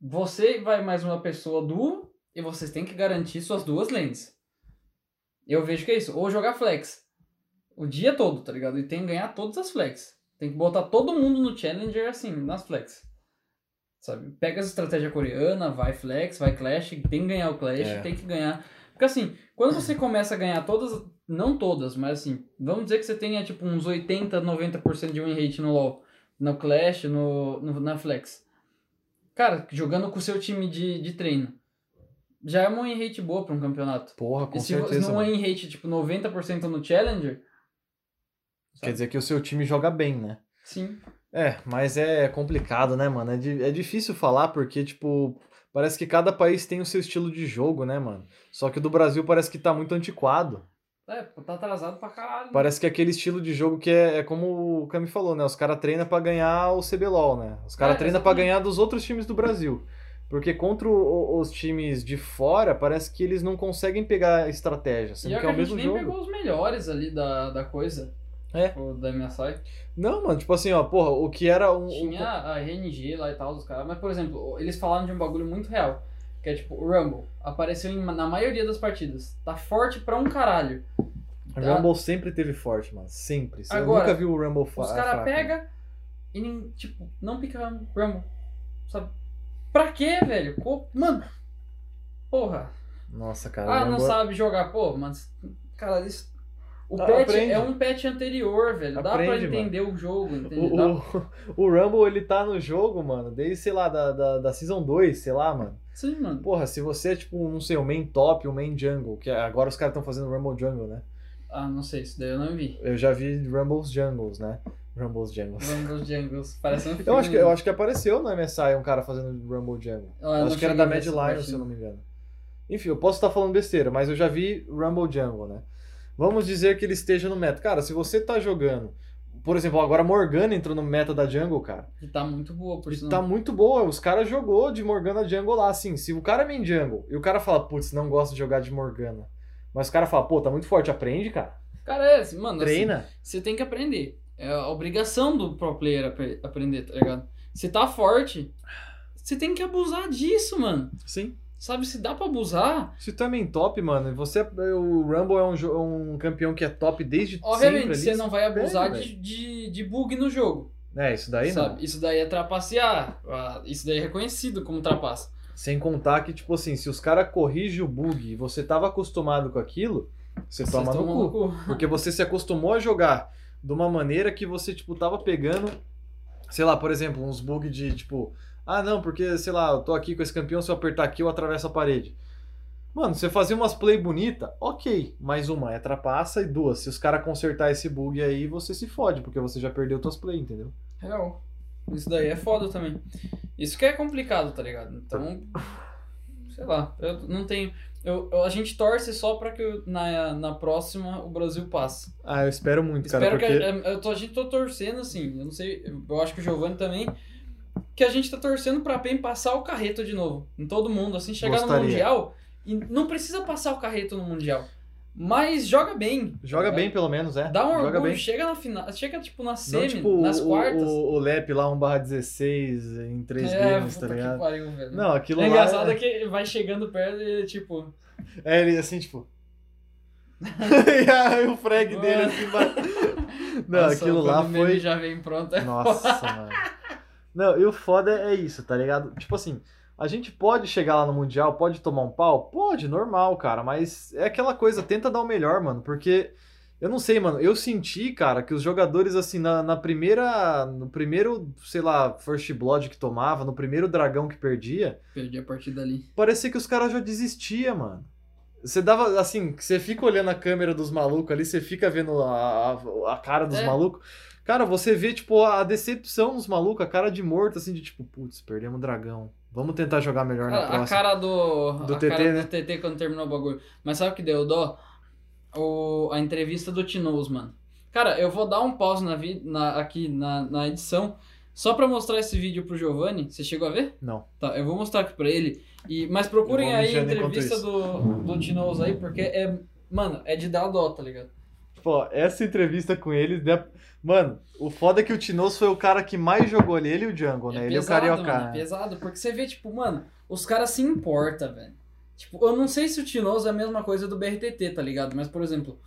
S1: você vai mais uma pessoa duo e vocês têm que garantir suas duas lanes. Eu vejo que é isso. Ou jogar flex o dia todo, tá ligado? E tem que ganhar todas as flex. Tem que botar todo mundo no challenger assim, nas flex. Sabe? Pega essa estratégia coreana, vai flex, vai clash, tem que ganhar o clash,
S2: É.
S1: tem que ganhar. Porque assim, quando você começa a ganhar todas, não todas, mas assim, vamos dizer que você tenha tipo uns 80, 90% de win rate no LoL no Clash, no, no- na Flex. Cara, jogando com o seu time de, de treino. Já é uma win rate boa pra um campeonato.
S2: Porra, com
S1: e se você
S2: certeza.
S1: não
S2: mano.
S1: win rate, tipo, 90% no Challenger,
S2: Quer dizer que o seu time joga bem, né?
S1: sim.
S2: É, mas é complicado, né, mano? É, di- é difícil falar porque, tipo, parece que cada país tem o seu estilo de jogo, né, mano? Só que o do Brasil parece que tá muito antiquado.
S1: É, pô, tá atrasado pra caralho.
S2: Parece que é aquele estilo de jogo que é, é como o Cami falou, né? Os caras treinam pra ganhar o CBLOL, né? Os caras
S1: É,
S2: treinam pra
S1: exatamente.
S2: ganhar dos outros times do Brasil. Porque contra o- os times de fora, parece que eles não conseguem pegar estratégia,
S1: e
S2: sendo
S1: é
S2: que
S1: que
S2: é
S1: a
S2: o
S1: gente
S2: mesmo
S1: nem
S2: jogo.
S1: pegou os melhores ali da, da coisa.
S2: É.
S1: Tipo, da MSI.
S2: Não, mano, tipo assim, ó, porra, o que era um.
S1: Tinha a RNG lá e tal dos caras. Mas, por exemplo, eles falaram de um bagulho muito real. Que é tipo, o Rumble. Apareceu em- na maioria das partidas. Tá forte pra um caralho.
S2: O Rumble sempre teve forte, mano. Sempre.
S1: tá. Agora,
S2: Eu nunca vi o Rumble fa-
S1: Os caras
S2: fraco.
S1: pegam e nem, tipo, não pica Rumble, Rumble. Sabe? Pra quê, velho? Co- Mano! Porra!
S2: Nossa, cara.
S1: Ah,
S2: o
S1: não
S2: Rumble-
S1: sabe jogar, pô, mas. Cara, isso. O
S2: Ah,
S1: patch
S2: aprende.
S1: é um patch anterior, velho. Dá pra
S2: Aprende,
S1: entender o jogo, entende?
S2: O,
S1: Dá...
S2: o, o Rumble, ele tá no jogo, mano, desde, sei lá, da, da, da Season 2, sei lá, mano.
S1: Sim, mano.
S2: Porra, se você é tipo, não sei, o main top, o main jungle, que agora os caras estão fazendo Rumble Jungle, né?
S1: Ah, não sei, isso daí eu não vi.
S2: Eu já vi Rumbles Jungles, né? Rumbles Jungles.
S1: Rumble Jungles, parece um filme.
S2: Eu acho, que, eu acho que apareceu no MSI um cara fazendo Rumble Jungle.
S1: Ah, eu
S2: acho
S1: não
S2: que era
S1: cheguei
S2: da
S1: a ver
S2: Mad
S1: essa
S2: Lion,
S1: parte,
S2: se eu não me engano. Enfim, eu posso estar falando besteira, mas eu já vi Rumble Jungle, né? Vamos dizer que ele esteja no meta. Cara, se você tá jogando Por exemplo, agora a Morgana entrou no meta da jungle, cara.
S1: E tá muito boa, por
S2: E
S1: sinal.
S2: tá muito boa. Os caras jogou de Morgana jungle lá, assim. Se o cara é main jungle e o cara fala, putz, não gosto de jogar de Morgana. Mas o cara fala, pô, tá muito forte, aprende, cara.
S1: Cara, é, assim, mano, assim,
S2: Treina.
S1: você tem que aprender. É a obrigação do pro player apre- aprender, tá ligado? Você tá forte, você tem que abusar disso, mano.
S2: Sim.
S1: Sabe, se dá pra abusar,
S2: Se tu é main top, mano, você, o Rumble é um, jo- um campeão que é top desde
S1: obviamente,
S2: sempre
S1: você
S2: ali.
S1: não vai abusar
S2: velho.
S1: de, de, de bug no jogo.
S2: É, isso daí
S1: sabe?
S2: não.
S1: Isso daí é trapacear. ah, Isso daí é reconhecido como trapaça.
S2: Sem contar que, tipo assim, se os caras corrigem o bug e você tava acostumado com aquilo, você
S1: Vocês
S2: toma no
S1: tomam
S2: cu. Porque você se acostumou a jogar de uma maneira que você, tipo, tava pegando, sei lá, por exemplo, uns bugs de, tipo, ah, não, porque, sei lá, eu tô aqui com esse campeão, se eu apertar aqui, eu atravesso a parede. Mano, você fazia umas play bonita, ok, mas uma é trapaça e duas, se os caras consertar esse bug aí, você se fode, porque você já perdeu suas play, entendeu?
S1: Real. Isso daí é foda também. Isso que é complicado, tá ligado? Então, sei lá, eu não tenho. eu- eu- a gente torce só pra que na, na próxima o Brasil passe.
S2: Ah, eu espero muito, cara,
S1: Espero
S2: porque...
S1: que. é, Eu, eu tô, a gente tô torcendo, assim, eu não sei, eu eu acho que o Giovanni também. Que a gente tá torcendo pra PEN passar o carreto de novo. Em todo mundo, assim, chegar no
S2: Gostaria.
S1: Mundial. E não precisa passar o carreto no Mundial. Mas joga bem. tá
S2: Joga
S1: ligado?
S2: bem, pelo menos, é.
S1: Dá um
S2: Joga
S1: orgulho,
S2: bem.
S1: chega na final. Chega, tipo, na
S2: Não,
S1: semi,
S2: tipo,
S1: nas
S2: o,
S1: quartas. É,
S2: o, o Lep lá, 1/16 em 3 games, tá
S1: puta que
S2: ligado?
S1: pariu, velho.
S2: Não, aquilo
S1: é
S2: lá...
S1: engraçado é que vai chegando perto e tipo.
S2: É, ele assim, tipo. e aí o frag dele assim bate. Não,
S1: nossa,
S2: aquilo
S1: quando
S2: lá
S1: o meme
S2: foi.
S1: já vem pronto. é
S2: Nossa, mano. Não, e o foda é isso, tá ligado? Tipo assim, a gente pode chegar lá no Mundial, pode tomar um pau? Pode, normal, cara, mas é aquela coisa, tenta dar o melhor, mano, porque. Eu não sei, mano. Eu senti, cara, que os jogadores, assim, na, na primeira. No primeiro, sei lá, First Blood que tomava, no primeiro dragão que perdia,
S1: Perdi a partida ali.
S2: parecia que os caras já desistiam, mano. Você dava, assim, que você fica olhando a câmera dos malucos ali, você fica vendo a, a, a cara dos
S1: É.
S2: malucos. Cara, você vê, tipo, a decepção dos malucos, a cara de morto, assim, de tipo, putz, perdemos o dragão. Vamos tentar jogar melhor na
S1: Cara, Ah, a
S2: próxima.
S1: cara do.
S2: Do
S1: a
S2: TT,
S1: cara
S2: né?
S1: do TT quando terminou o bagulho. Mas sabe o que deu dó? O, a entrevista do Tinoz, mano. Cara, eu vou dar um pause na vi, na, aqui na, na edição. Só pra mostrar esse vídeo pro Giovanni. Você chegou a ver?
S2: Não.
S1: Tá, eu vou mostrar aqui pra ele. E, mas
S2: Eu
S1: procurem
S2: vou
S1: aí a
S2: mijando enquanto
S1: entrevista
S2: isso.
S1: do, do Tinoz aí, porque é. Mano, é de dar dó, tá ligado?
S2: Pô, Tipo, essa entrevista com eles, né? Mano, o foda é que o Tinoz foi o cara que mais jogou ali, ele e o Jungle, né? ele e o Carioca.
S1: mano, é
S2: né?
S1: pesado, porque você vê, tipo, mano, os caras se importam, velho. Tipo, eu não sei se o Tinoz é a mesma coisa do BRTT, tá ligado? Mas, por exemplo,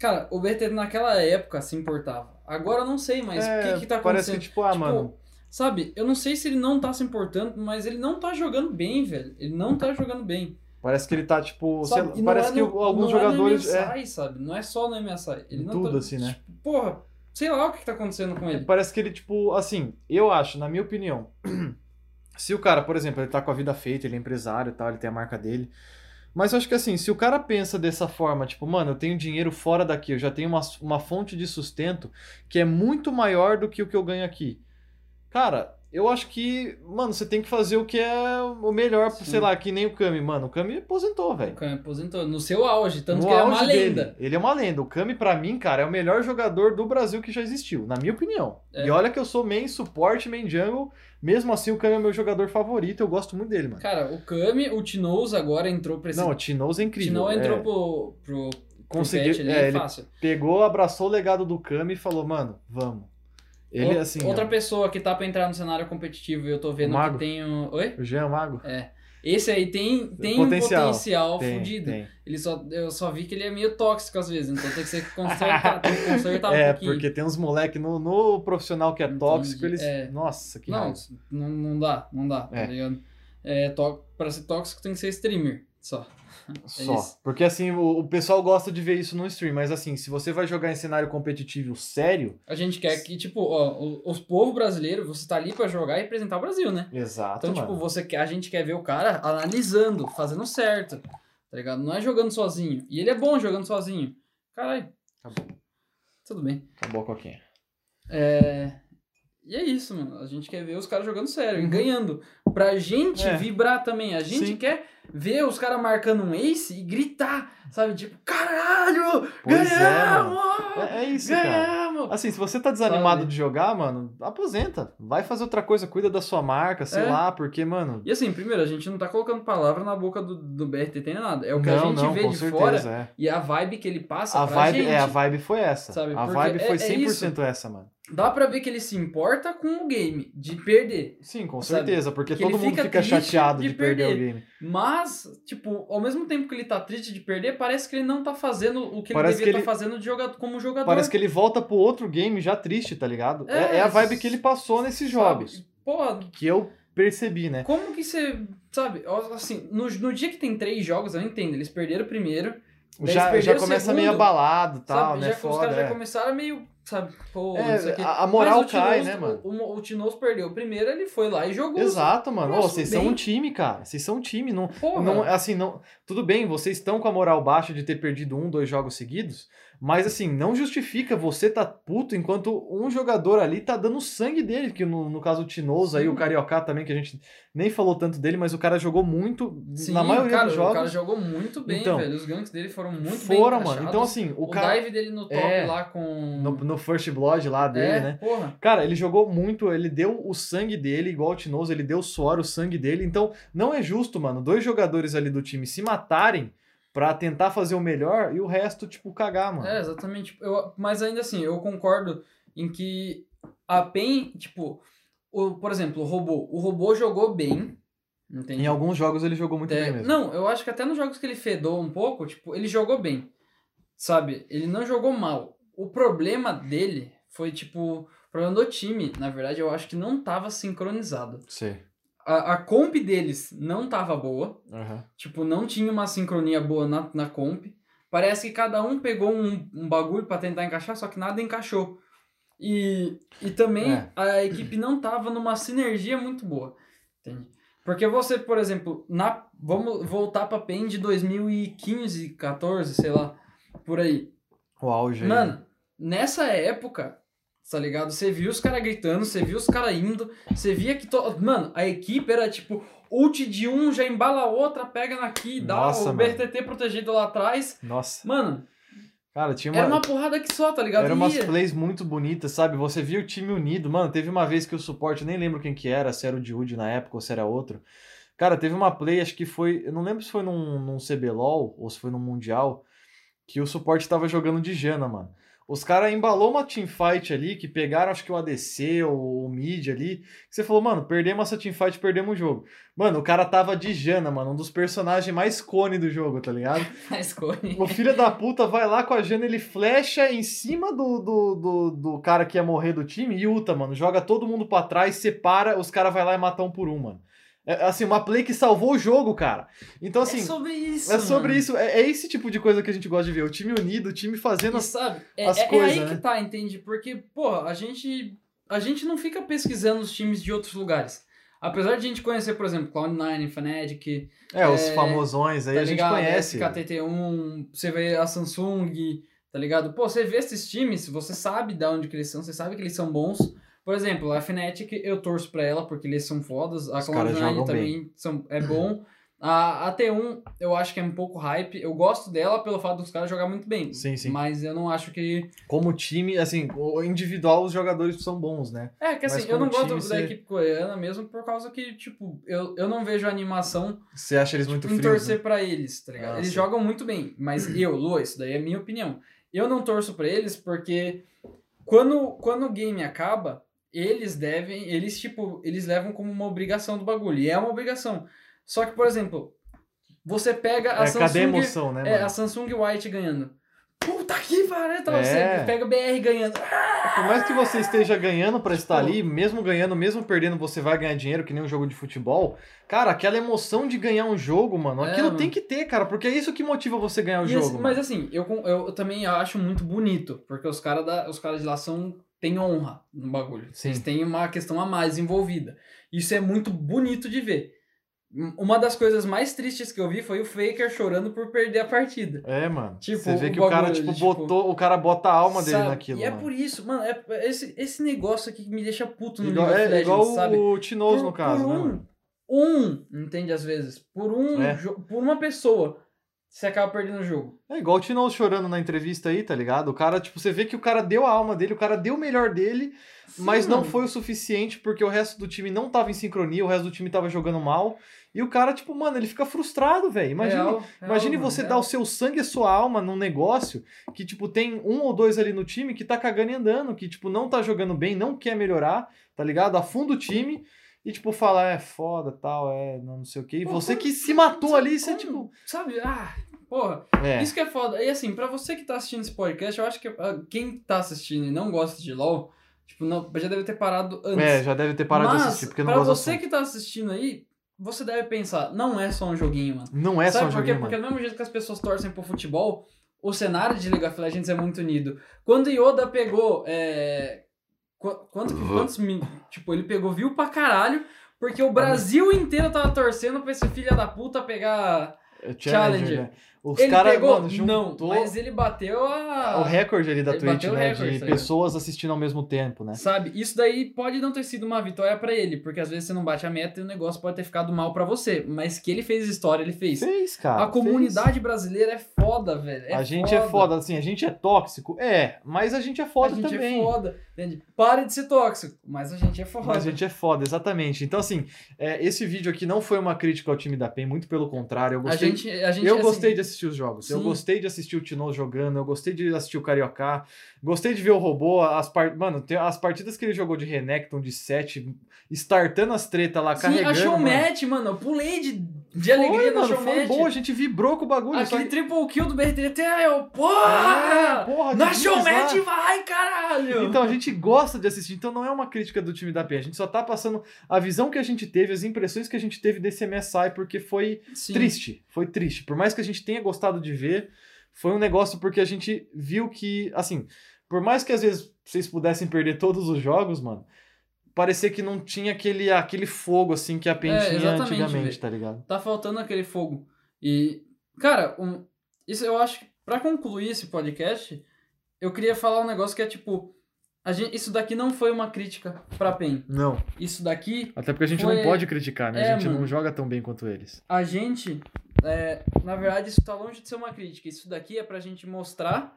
S1: cara, o BRTT naquela época se importava. Agora eu não sei, mas o
S2: É,
S1: que que tá
S2: Parece
S1: acontecendo?
S2: que, tipo, ah,
S1: Tipo,
S2: mano.
S1: Sabe, eu não sei se ele não tá se importando, mas ele não tá jogando bem, velho. Ele não tá jogando bem.
S2: Parece que ele tá, tipo. sei
S1: Sabe?
S2: lá,
S1: E não
S2: parece
S1: é
S2: que
S1: no-
S2: alguns
S1: não
S2: jogadores.
S1: É
S2: é,
S1: no MSI, sabe? Não é só no MSI. Ele
S2: Em
S1: não
S2: tudo,
S1: tá,
S2: assim, né?
S1: tipo, porra, sei lá o que que tá acontecendo com ele.
S2: Parece que ele, tipo, assim, eu acho, na minha opinião, se o cara, por exemplo, ele tá com a vida feita, ele é empresário e tal, ele tem a marca dele. Mas eu acho que assim, se o cara pensa dessa forma, tipo, mano, eu tenho dinheiro fora daqui, eu já tenho uma, uma fonte de sustento que é muito maior do que o que eu ganho aqui. Cara, eu acho que, mano, você tem que fazer o que é o melhor,
S1: Sim.
S2: sei lá, que nem o Kami. Mano, o Kami aposentou, velho.
S1: O Kami aposentou no seu auge, tanto
S2: No
S1: que ele é uma
S2: auge
S1: lenda.
S2: Dele, ele é uma lenda. O Kami, pra mim, cara, é o melhor jogador do Brasil que já existiu, na minha opinião.
S1: É.
S2: E olha que eu sou main suporte, main jungle. Mesmo assim, o Kami é o meu jogador favorito. Eu gosto muito dele, mano.
S1: Cara, o Kami, o Tinoz agora entrou pra esse.
S2: Não, o Tinoz é incrível.
S1: Tinoz entrou
S2: É,
S1: pro, pro, pro
S2: conseguiu,
S1: patch ali,
S2: é, ele
S1: fácil.
S2: pegou, abraçou o legado do Kami e falou, mano, vamos. Ele,
S1: Ou-
S2: assim,
S1: Outra
S2: ó,
S1: pessoa que tá pra entrar no cenário competitivo e eu tô vendo
S2: Mago.
S1: que tem o. Oi?
S2: o Jean Mago.
S1: É Esse aí tem, tem
S2: Potencial.
S1: um potencial
S2: Tem,
S1: fudido.
S2: tem.
S1: Ele só, eu só vi que ele é meio tóxico às vezes, então tem que ser consertar, tem que consertar
S2: é,
S1: um pouquinho.
S2: porque tem uns moleque no, no profissional que é
S1: Entendi,
S2: tóxico, eles...
S1: é.
S2: Nossa, que
S1: Não,
S2: raiva.
S1: não, não dá, não dá,
S2: É.
S1: tá ligado? É, tó- Pra ser tóxico tem que ser streamer só.
S2: Só.
S1: É isso.
S2: Porque assim, o, o pessoal gosta de ver isso no stream, mas assim, se você vai jogar em cenário competitivo sério.
S1: A gente quer que, tipo, ó, o- os povo brasileiro, você tá ali pra jogar e representar o Brasil, né?
S2: Exato,
S1: Então, tipo, você quer, a gente quer ver o cara analisando, fazendo certo, tá ligado? Não é jogando sozinho. E ele é bom jogando sozinho. Caralho.
S2: Acabou.
S1: Tudo bem.
S2: Acabou a coquinha.
S1: É... E é isso, mano. A gente quer ver os caras jogando sério e
S2: Uhum.
S1: ganhando. Pra gente
S2: É.
S1: vibrar também. A gente
S2: Sim.
S1: quer ver os caras marcando um ace e gritar, sabe? Tipo, caralho!
S2: Pois é,
S1: ganhamos!
S2: É, é isso, cara.
S1: ganhamos! minutos.
S2: Assim, se você tá desanimado
S1: Sabe?
S2: de jogar, mano, aposenta. Vai fazer outra coisa, cuida da sua marca, sei
S1: É.
S2: lá, porque, mano.
S1: E assim, primeiro, a gente não tá colocando palavra na boca do, do BRTT nem nada. É o que a
S2: não,
S1: gente
S2: não,
S1: vê
S2: com
S1: de
S2: certeza,
S1: fora
S2: é.
S1: e a vibe que ele passa
S2: A
S1: pra
S2: vibe,
S1: gente.
S2: é, a vibe foi essa.
S1: Sabe?
S2: A
S1: Porque
S2: vibe
S1: é-
S2: foi
S1: é
S2: 100% essa, mano.
S1: Dá pra ver que ele se importa com o game, de perder.
S2: Sim, com
S1: Sabe?
S2: certeza, porque
S1: Que
S2: todo
S1: ele
S2: mundo
S1: fica
S2: fica
S1: triste
S2: chateado de,
S1: de
S2: perder.
S1: perder. Então,
S2: o game.
S1: Mas, tipo, ao mesmo tempo que ele tá triste de perder, parece que ele não tá fazendo o que
S2: Parece
S1: ele devia
S2: que
S1: estar
S2: ele-
S1: fazendo de joga... como jogador.
S2: Parece que ele volta pro outro game já triste, tá ligado? É,
S1: É,
S2: é a vibe que ele passou nesses
S1: sabe?
S2: jogos,
S1: Porra,
S2: que eu percebi, né?
S1: como que você. Sabe, assim, no, no dia que tem três jogos, eu entendo, eles perderam o primeiro, Daí eles
S2: Já,
S1: perderam
S2: já
S1: o
S2: começa
S1: segundo,
S2: meio abalado e tal,
S1: sabe?
S2: né?
S1: já, os
S2: Foda,
S1: caras já
S2: é.
S1: começaram meio, sabe, pô,
S2: É,
S1: isso aqui.
S2: a, a moral
S1: Mas o
S2: cai,
S1: Tinoz-
S2: né, mano?
S1: O, o, o Tinoz perdeu o primeiro, ele foi lá e jogou.
S2: Exato, mano. Ô,
S1: Nossa,
S2: vocês
S1: bem.
S2: são um time, cara. Vocês são um time. Não,
S1: Porra.
S2: Não, assim, não. Tudo bem, vocês estão com a moral baixa de ter perdido um, dois jogos seguidos, mas assim, não justifica você tá puto enquanto um jogador ali tá dando o sangue dele, que no, no caso o Tinoso aí,
S1: Sim.
S2: o Carioca também, que a gente nem falou tanto dele, mas o cara jogou muito
S1: Sim,
S2: na maioria
S1: cara,
S2: dos
S1: O cara
S2: jogos.
S1: jogou muito bem,
S2: Então,
S1: velho. Os ganks dele foram muito
S2: foram,
S1: bem
S2: mano.
S1: encaixados.
S2: Então, assim, o,
S1: o
S2: cara.
S1: dive dele no top
S2: É.
S1: lá com...
S2: No, no First Blood lá dele,
S1: é,
S2: né?
S1: porra.
S2: Cara, ele jogou muito, ele deu o sangue dele, igual o Tinoso, ele deu o suor, o sangue dele. Então, não é justo, mano, dois jogadores ali do time se matarem pra tentar fazer o melhor e o resto, tipo, cagar, mano.
S1: É, exatamente. Eu, mas ainda assim, eu concordo em que a PEN, tipo... O, por exemplo, o robô. O robô jogou bem, entende?
S2: Em alguns jogos ele jogou muito
S1: É,
S2: bem mesmo.
S1: Não, eu acho que até nos jogos que ele fedou um pouco, tipo, ele jogou bem. Sabe? Ele não jogou mal. O problema dele foi, tipo, o problema do time, na verdade, eu acho que não tava sincronizado.
S2: Sim.
S1: A, a comp deles não tava boa. Tipo, não tinha uma sincronia boa na, na comp. Parece que cada um pegou um, um bagulho pra tentar encaixar, só que nada encaixou. E, e também
S2: É.
S1: a equipe não tava numa sinergia muito boa. Entende? Porque você, por exemplo, na vamos voltar pra PEN de 2015, 14, sei lá, por aí.
S2: O auge aí.
S1: Mano, nessa época, tá ligado? Você viu os caras gritando, você viu os caras indo, você via que. To... Mano, a equipe era tipo. Ult de um já embala a outra, pega naqui, dá
S2: Nossa,
S1: o
S2: mano.
S1: BRTT protegido lá atrás.
S2: Nossa.
S1: Mano,
S2: Cara, tinha uma...
S1: era uma porrada que só, tá ligado?
S2: Era umas
S1: Ia.
S2: plays muito bonitas, sabe? Você via o time unido. Mano, teve uma vez que o suporte, eu nem lembro quem que era, se era o Diud na época ou se era outro. Cara, teve uma play, acho que foi. Eu não lembro se foi num, num CBLOL ou se foi num Mundial, que o suporte tava jogando de Jana, mano. Os caras embalou uma teamfight ali, que pegaram acho que o ADC ou o mid ali. que você falou, mano, perdemos essa teamfight, perdemos o jogo. Mano, o cara tava de Jana, mano, um dos personagens mais cone do jogo, tá ligado?
S1: Mas, Cone,
S2: O filho da puta vai lá com a Jana, ele flecha em cima do, do, do, do cara que ia morrer do time e ulta, mano. Joga todo mundo pra trás, separa, os caras vai lá e matam um por um, mano. É, assim, uma play que salvou o jogo, cara. Então, assim,
S1: é sobre isso.
S2: é sobre
S1: mano.
S2: isso. É, é esse tipo de coisa que a gente gosta de ver. O time unido, o time fazendo
S1: E
S2: as...
S1: sabe, é,
S2: as
S1: é- é
S2: coisas,
S1: aí
S2: né?
S1: que tá, entende? Porque, porra, a gente, a gente não fica pesquisando os times de outros lugares. Apesar de a gente conhecer, por exemplo, Cloud9, Fnatic,
S2: É, os
S1: é,
S2: famosões aí,
S1: tá
S2: a gente
S1: ligado?
S2: conhece. né?
S1: SKTT1, você vê a Samsung, tá ligado? Pô, você vê esses times, você sabe de onde que eles são, você sabe que eles são bons. Por exemplo, a Fnatic, eu torço pra ela porque eles são fodas. A
S2: Os caras
S1: Cloud9
S2: jogam
S1: também são, é bom. A, a T1, eu acho que é um pouco hype. Eu gosto dela pelo fato dos caras jogar muito bem.
S2: Sim, sim.
S1: Mas eu não acho que...
S2: Como time, assim, o individual, os jogadores são bons, né?
S1: É, que
S2: Mas
S1: assim, eu
S2: como
S1: não gosto
S2: time,
S1: da
S2: você-
S1: equipe coreana mesmo por causa que, tipo, eu, eu não vejo a animação
S2: Você acha eles muito
S1: em
S2: frios, né?
S1: torcer pra eles, tá ligado?
S2: Ah,
S1: eles
S2: sim.
S1: jogam muito bem, mas eu, Lua, isso daí é minha opinião. Eu não torço pra eles porque quando, quando o game acaba, eles devem, eles tipo, eles levam como uma obrigação do bagulho, e é uma obrigação. Só que, por exemplo, você pega a
S2: É, cadê a
S1: Samsung,
S2: emoção, né, mano?
S1: é, a Samsung White ganhando. Puta que pariu, tá?
S2: É.
S1: você pega o BR ganhando.
S2: Por mais que você esteja ganhando pra estar
S1: Tipo-
S2: ali, mesmo ganhando, mesmo perdendo, você vai ganhar dinheiro, que nem um jogo de futebol. Cara, aquela emoção de ganhar um jogo, mano,
S1: É,
S2: aquilo
S1: mano.
S2: tem que ter, cara, porque é isso que motiva você ganhar o
S1: E
S2: jogo.
S1: assim- mas assim, eu, con- eu também acho muito bonito, porque os caras os cara de lá são têm honra no bagulho.
S2: Sim.
S1: Eles têm uma questão a mais envolvida. Isso é muito bonito de ver. Um- Uma das coisas mais tristes que eu vi foi o Faker chorando por perder a partida.
S2: mano. É, mano.
S1: Tipo,
S2: você vê
S1: o
S2: que o cara,
S1: bagulho,
S2: tipo,
S1: tipo-
S2: botou. O cara bota a alma dele
S1: Sabe?
S2: naquilo.
S1: E é
S2: mano.
S1: por isso, mano, é, é esse, esse negócio aqui que me deixa puto no
S2: Igual,
S1: League of
S2: é,
S1: Legends,
S2: igual
S1: sabe?
S2: o Tinoz, no caso,
S1: um,
S2: né, mano?
S1: um, entende às vezes, por um,
S2: É.
S1: jo- por uma pessoa você acaba perdendo o jogo.
S2: É igual o Tinão chorando na entrevista aí, tá ligado? O cara, tipo, você vê que o cara deu a alma dele, o cara deu o melhor dele, mas
S1: Sim,
S2: não
S1: mano.
S2: foi o suficiente porque o resto do time não tava em sincronia, o resto do time tava jogando mal. E o cara, tipo, mano, ele fica frustrado, velho. Imagina,
S1: Real, real,
S2: Imagine
S1: mano,
S2: você
S1: real.
S2: dar o seu sangue e a sua alma num negócio que, tipo, tem um ou dois ali no time que tá cagando e andando, que, tipo, não tá jogando bem, não quer melhorar, tá ligado? Afunda o time e, tipo, fala, é foda, tal, é, não, não sei o quê. E
S1: Pô,
S2: você
S1: como-
S2: que se matou
S1: Sabe
S2: ali, você,
S1: como?
S2: tipo.
S1: Sabe? Ah, porra.
S2: É,
S1: Isso que é foda. E assim, pra você que tá assistindo esse podcast, eu acho que ah, quem tá assistindo e não gosta de LOL, tipo, não, já deve ter parado antes.
S2: é, já deve ter parado
S1: Mas,
S2: de assistir, porque eu não
S1: pra
S2: gosto do
S1: você
S2: assunto.
S1: que tá assistindo aí, você deve pensar, não é só um joguinho, mano.
S2: Não é
S1: Sabe por
S2: só um
S1: quê?
S2: joguinho,
S1: Porque
S2: mano.
S1: do mesmo jeito que as pessoas torcem pro futebol, o cenário de League of Legends é muito unido. Quando Yoda pegou. É... qu- Quanto, que- quantos mil. Tipo, ele pegou, viu pra caralho. Porque o Brasil inteiro tava torcendo pra esse filho da puta pegar.
S2: É
S1: Challenger.
S2: né? Os
S1: ele
S2: caras,
S1: pegou?
S2: mano,
S1: não,
S2: juntou
S1: mas ele bateu a.
S2: o recorde ali da
S1: Ah, Ele
S2: Twitch,
S1: bateu o
S2: né?
S1: recorde,
S2: de
S1: tá ligado?
S2: pessoas assistindo ao mesmo tempo, né?
S1: Sabe? Isso daí pode não ter sido uma vitória pra ele, porque às vezes você não bate a meta e o negócio pode ter ficado mal pra você. Mas que ele fez história, ele fez.
S2: Fez, cara.
S1: a
S2: Ah, fez.
S1: comunidade brasileira é foda, velho. é
S2: a gente é foda, assim, a gente é tóxico, é, mas a gente é foda
S1: a gente
S2: também.
S1: é foda. Entende? Pare de ser tóxico, mas a gente é foda.
S2: Mas a gente é foda, exatamente. Então, assim, é, esse vídeo aqui não foi uma crítica ao time da PEN, muito pelo contrário. Eu
S1: a
S2: gostei,
S1: gente, a gente
S2: eu
S1: assim,
S2: gostei de assistir os jogos. Eu
S1: Sim.
S2: gostei de assistir o Tino jogando, eu gostei de assistir o Carioca, gostei de ver o robô, as par... Mano, tem- as partidas que ele jogou de Renekton de 7, startando as tretas lá,
S1: Sim,
S2: carregando.
S1: achou um o
S2: mano.
S1: match, mano. Eu pulei de, de alegria
S2: Foi,
S1: no
S2: mano,
S1: show
S2: foi um
S1: match.
S2: bom, a gente vibrou com o bagulho. só
S1: Aquele
S2: que-
S1: triple kill do BRTT, aí eu,
S2: Ah,
S1: porra!
S2: porra,
S1: na
S2: que
S1: show
S2: bizarro.
S1: match vai, caralho!
S2: Então a gente gosta de assistir, então não é uma crítica do time da PEN, a gente só tá passando a visão que a gente teve, as impressões que a gente teve desse MSI, porque foi
S1: Sim.
S2: triste, foi triste. Por mais que a gente tenha gostado de ver, foi um negócio porque a gente viu que, assim, por mais que às vezes vocês pudessem perder todos os jogos, mano, parecia que não tinha aquele, aquele fogo assim que a PEN
S1: É,
S2: tinha
S1: exatamente,
S2: antigamente,
S1: velho.
S2: tá ligado?
S1: Tá faltando aquele fogo. E, cara, um- isso eu acho que pra concluir esse podcast, eu queria falar um negócio que é tipo, a gente, isso daqui não foi uma crítica pra PEN.
S2: Não,
S1: Isso daqui
S2: até porque a gente
S1: Foi-
S2: não pode criticar, né?
S1: É,
S2: a gente não
S1: mano.
S2: joga tão bem quanto eles.
S1: a gente, é, na verdade, isso tá longe de ser uma crítica. Isso daqui é pra gente mostrar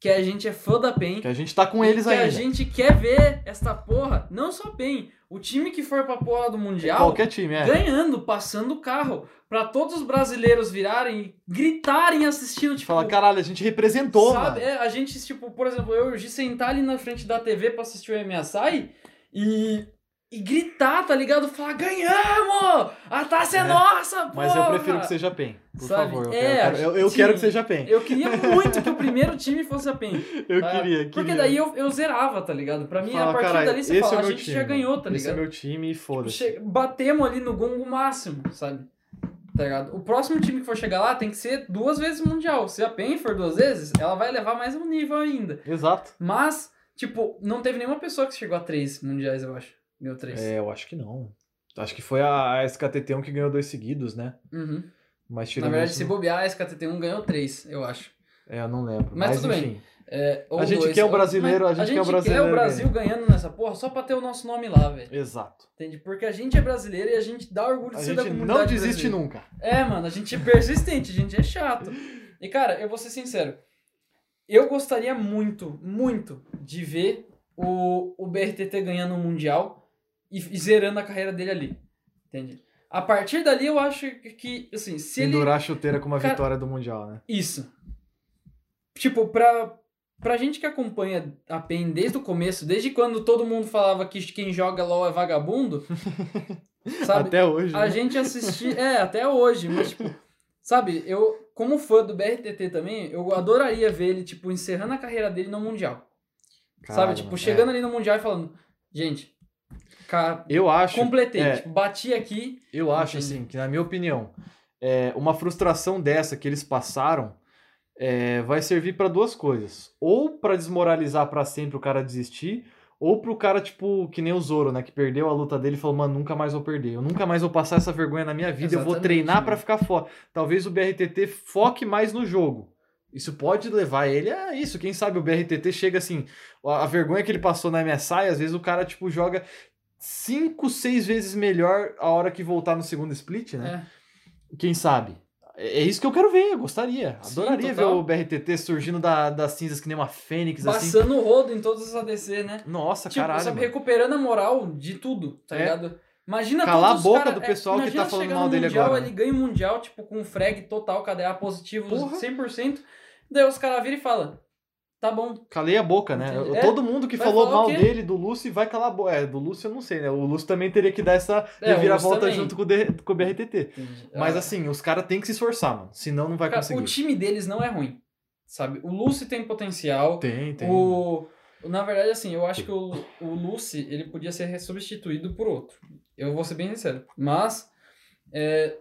S1: que a gente é fã da PEN.
S2: Que a gente tá com eles
S1: que
S2: ainda.
S1: a gente quer ver esta porra, não só a PEN, o time que for pra porra do Mundial,
S2: Qualquer time, é.
S1: ganhando, passando o carro, pra todos os brasileiros virarem e gritarem assistindo,
S2: gente
S1: tipo...
S2: fala, caralho, a gente representou,
S1: sabe?
S2: mano.
S1: É, a gente, tipo, por exemplo, eu e o Gi sentar ali na frente da TV pra assistir o MSI e... E gritar, tá ligado? Falar, ganhamos! A taça é,
S2: É,
S1: nossa, porra!
S2: Mas eu prefiro que seja assim. PEN, por
S1: Sabe?
S2: favor. Eu,
S1: É,
S2: quero, eu, eu
S1: sim.
S2: quero que seja PEN.
S1: Eu queria muito que o primeiro time fosse a PEN.
S2: Eu
S1: tá?
S2: queria, queria.
S1: Porque daí eu, eu zerava, tá ligado? Pra mim,
S2: Fala,
S1: a partir
S2: "Caralho,
S1: dali você
S2: esse
S1: fala, a
S2: é meu
S1: gente
S2: time,
S1: já ganhou, tá
S2: Esse é
S1: ligado?
S2: meu time e foda-se.
S1: Che- Batemos ali no gongo máximo, sabe? Tá ligado? O próximo time que for chegar lá tem que ser duas vezes mundial. Se a PEN for duas vezes, ela vai levar mais um nível ainda.
S2: Exato.
S1: Mas, tipo, não teve nenhuma pessoa que chegou a três mundiais, eu acho. Meu três.
S2: É, eu acho que não. Acho que foi a, a SKT1 que ganhou dois seguidos, né?
S1: Uhum.
S2: Mas
S1: Na
S2: tirando
S1: verdade,
S2: isso, né?
S1: se bobear, a SKT1 ganhou três, eu acho.
S2: É, eu não lembro.
S1: Mas tudo bem.
S2: enfim.
S1: É, ou
S2: A gente
S1: dois.
S2: quer o
S1: Ou-
S2: brasileiro,
S1: mas
S2: a gente quer o brasileiro
S1: quer o Brasil ganhando nessa porra só pra ter o nosso nome lá, velho.
S2: Exato.
S1: Entende? Porque a gente é brasileiro e a gente dá orgulho de
S2: A
S1: ser da
S2: gente
S1: comunidade
S2: não desiste
S1: brasileira.
S2: nunca.
S1: É, mano, a gente é persistente, a gente é chato. E, cara, eu vou ser sincero. Eu gostaria muito, muito de ver o, o BRTT ganhando o Mundial e, e zerando a carreira dele ali. Entende? A partir dali, eu acho que, assim, se ele...
S2: Pendurar a chuteira com uma
S1: Cara-
S2: vitória do Mundial, né?
S1: Isso. Tipo, pra, pra gente que acompanha a PEN desde o começo, desde quando todo mundo falava que quem joga LOL é vagabundo, sabe?
S2: Até hoje.
S1: A
S2: né?
S1: gente assistir, é, até hoje, mas tipo, sabe, eu, como fã do BRTT também, eu adoraria ver ele, tipo, encerrando a carreira dele no Mundial.
S2: Caralho,
S1: sabe, tipo,
S2: mano,
S1: chegando
S2: é.
S1: ali no Mundial e falando, gente, ca-
S2: Eu acho.
S1: completei,
S2: é.
S1: tipo, bati aqui,
S2: Eu acho,
S1: Entendi.
S2: assim, que na minha opinião, é, uma frustração dessa que eles passaram é, vai servir pra duas coisas. Ou pra desmoralizar pra sempre o cara desistir, ou pro cara, tipo, que nem o Zoro, né? Que perdeu a luta dele e falou, mano, nunca mais vou perder. Eu nunca mais vou passar essa vergonha na minha vida. eu vou
S1: Exatamente,
S2: treinar
S1: mano.
S2: pra ficar fora. Talvez o BRTT foque mais no jogo. Isso pode levar ele a isso. Quem sabe o BRTT chega assim... A a vergonha que ele passou na MSI, às vezes o cara, tipo, joga cinco, seis vezes melhor a hora que voltar no segundo split, né?
S1: né?
S2: Quem sabe? É é isso que eu quero ver, eu gostaria.
S1: Sim,
S2: Adoraria ver
S1: total.
S2: o BRTT surgindo da- das cinzas que nem uma fênix, assim.
S1: Passando o rodo em todas as ADC, né?
S2: Nossa,
S1: Tipo,
S2: caralho.
S1: sabe,
S2: mano.
S1: recuperando a moral de tudo, tá
S2: É.
S1: ligado? Imagina
S2: Calar
S1: todos
S2: a
S1: os
S2: boca
S1: cara-
S2: do
S1: é,
S2: pessoal que
S1: imagina
S2: tá falando
S1: chegar
S2: mal
S1: no
S2: dele
S1: mundial,
S2: agora, né?
S1: Ele ganha o mundial, tipo, com frag total, KDA positivo,
S2: Porra.
S1: 100%. Daí os caras viram e falam, tá bom.
S2: Calei a boca, né? Eu-
S1: É,
S2: Todo mundo que
S1: vai
S2: falou
S1: falar
S2: mal
S1: o quê?
S2: dele, do Lúcio, vai calar a boca. É, do Lúcio eu não sei, né? O Lúcio também teria que dar essa
S1: É, o Lúcio
S2: reviravolta
S1: também.
S2: junto com o, D- com o BRTT. Mas
S1: Ah,
S2: assim, os caras têm que se esforçar, mano. Senão não vai
S1: cara, o
S2: conseguir.
S1: time deles não é ruim, sabe? O Lucy tem potencial,
S2: Tem, tem. né?
S1: O, na verdade, assim, eu acho que o, o Lucy, ele podia ser substituído por outro. Eu vou ser bem sincero. Mas, é,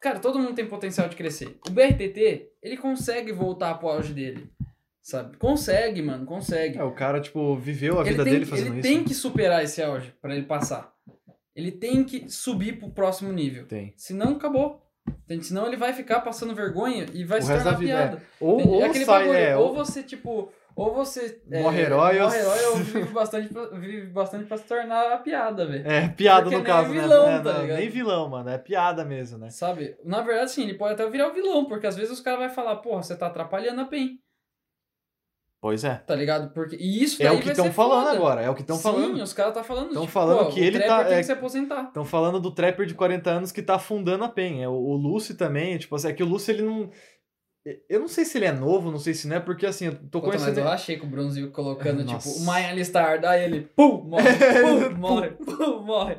S1: cara, todo mundo tem potencial de crescer. O BRTT, ele consegue voltar pro auge dele, sabe? Consegue, mano, consegue.
S2: É, o cara, tipo, viveu a
S1: ele
S2: vida
S1: tem,
S2: dele
S1: que-
S2: fazendo
S1: ele
S2: isso. né?
S1: tem que superar esse auge pra ele passar. Ele tem que subir pro próximo nível.
S2: Tem.
S1: Senão, acabou. Entende? Senão ele vai ficar passando vergonha e vai
S2: O
S1: se
S2: resto
S1: tornar
S2: da vida, é.
S1: piada.
S2: Ou,
S1: Entendi. É
S2: ou
S1: aquele
S2: sai,
S1: bagulho,
S2: é,
S1: ou você, tipo, ou você.
S2: Morre herói, ou-
S1: morre herói ou vive bastante, pra, vive bastante pra se tornar a piada, velho.
S2: É, piada
S1: Porque
S2: no
S1: nem
S2: caso,
S1: vilão,
S2: né? É,
S1: tá
S2: não,
S1: ligado?
S2: nem vilão, mano. É piada mesmo, né?
S1: Sabe? Na verdade, sim, ele pode até virar o vilão, porque às vezes os caras vão falar, porra, você tá atrapalhando a PEN,
S2: Pois é.
S1: tá ligado? Porque, e isso
S2: É
S1: daí
S2: o que
S1: vai
S2: estão
S1: ser
S2: falando
S1: foda.
S2: agora. É o que estão
S1: sim,
S2: falando.
S1: os caras tá falando
S2: Tão
S1: tipo,
S2: falando
S1: pô,
S2: que
S1: o
S2: ele
S1: Trapper
S2: tá-
S1: tem
S2: é-
S1: que se aposentar.
S2: Estão falando do trapper de 40 anos que tá afundando a PEN. É, o, o Lucy também, tipo assim, é que o Lucy ele não. Eu não sei se ele é novo, não sei se não é, porque assim, eu tô
S1: Puta, mas
S2: conhecendo.
S1: eu achei que o Bronzinho colocando,
S2: Nossa.
S1: tipo, o Mayan Listar, daí ele, pum, morre, pum, morre, pum, morre.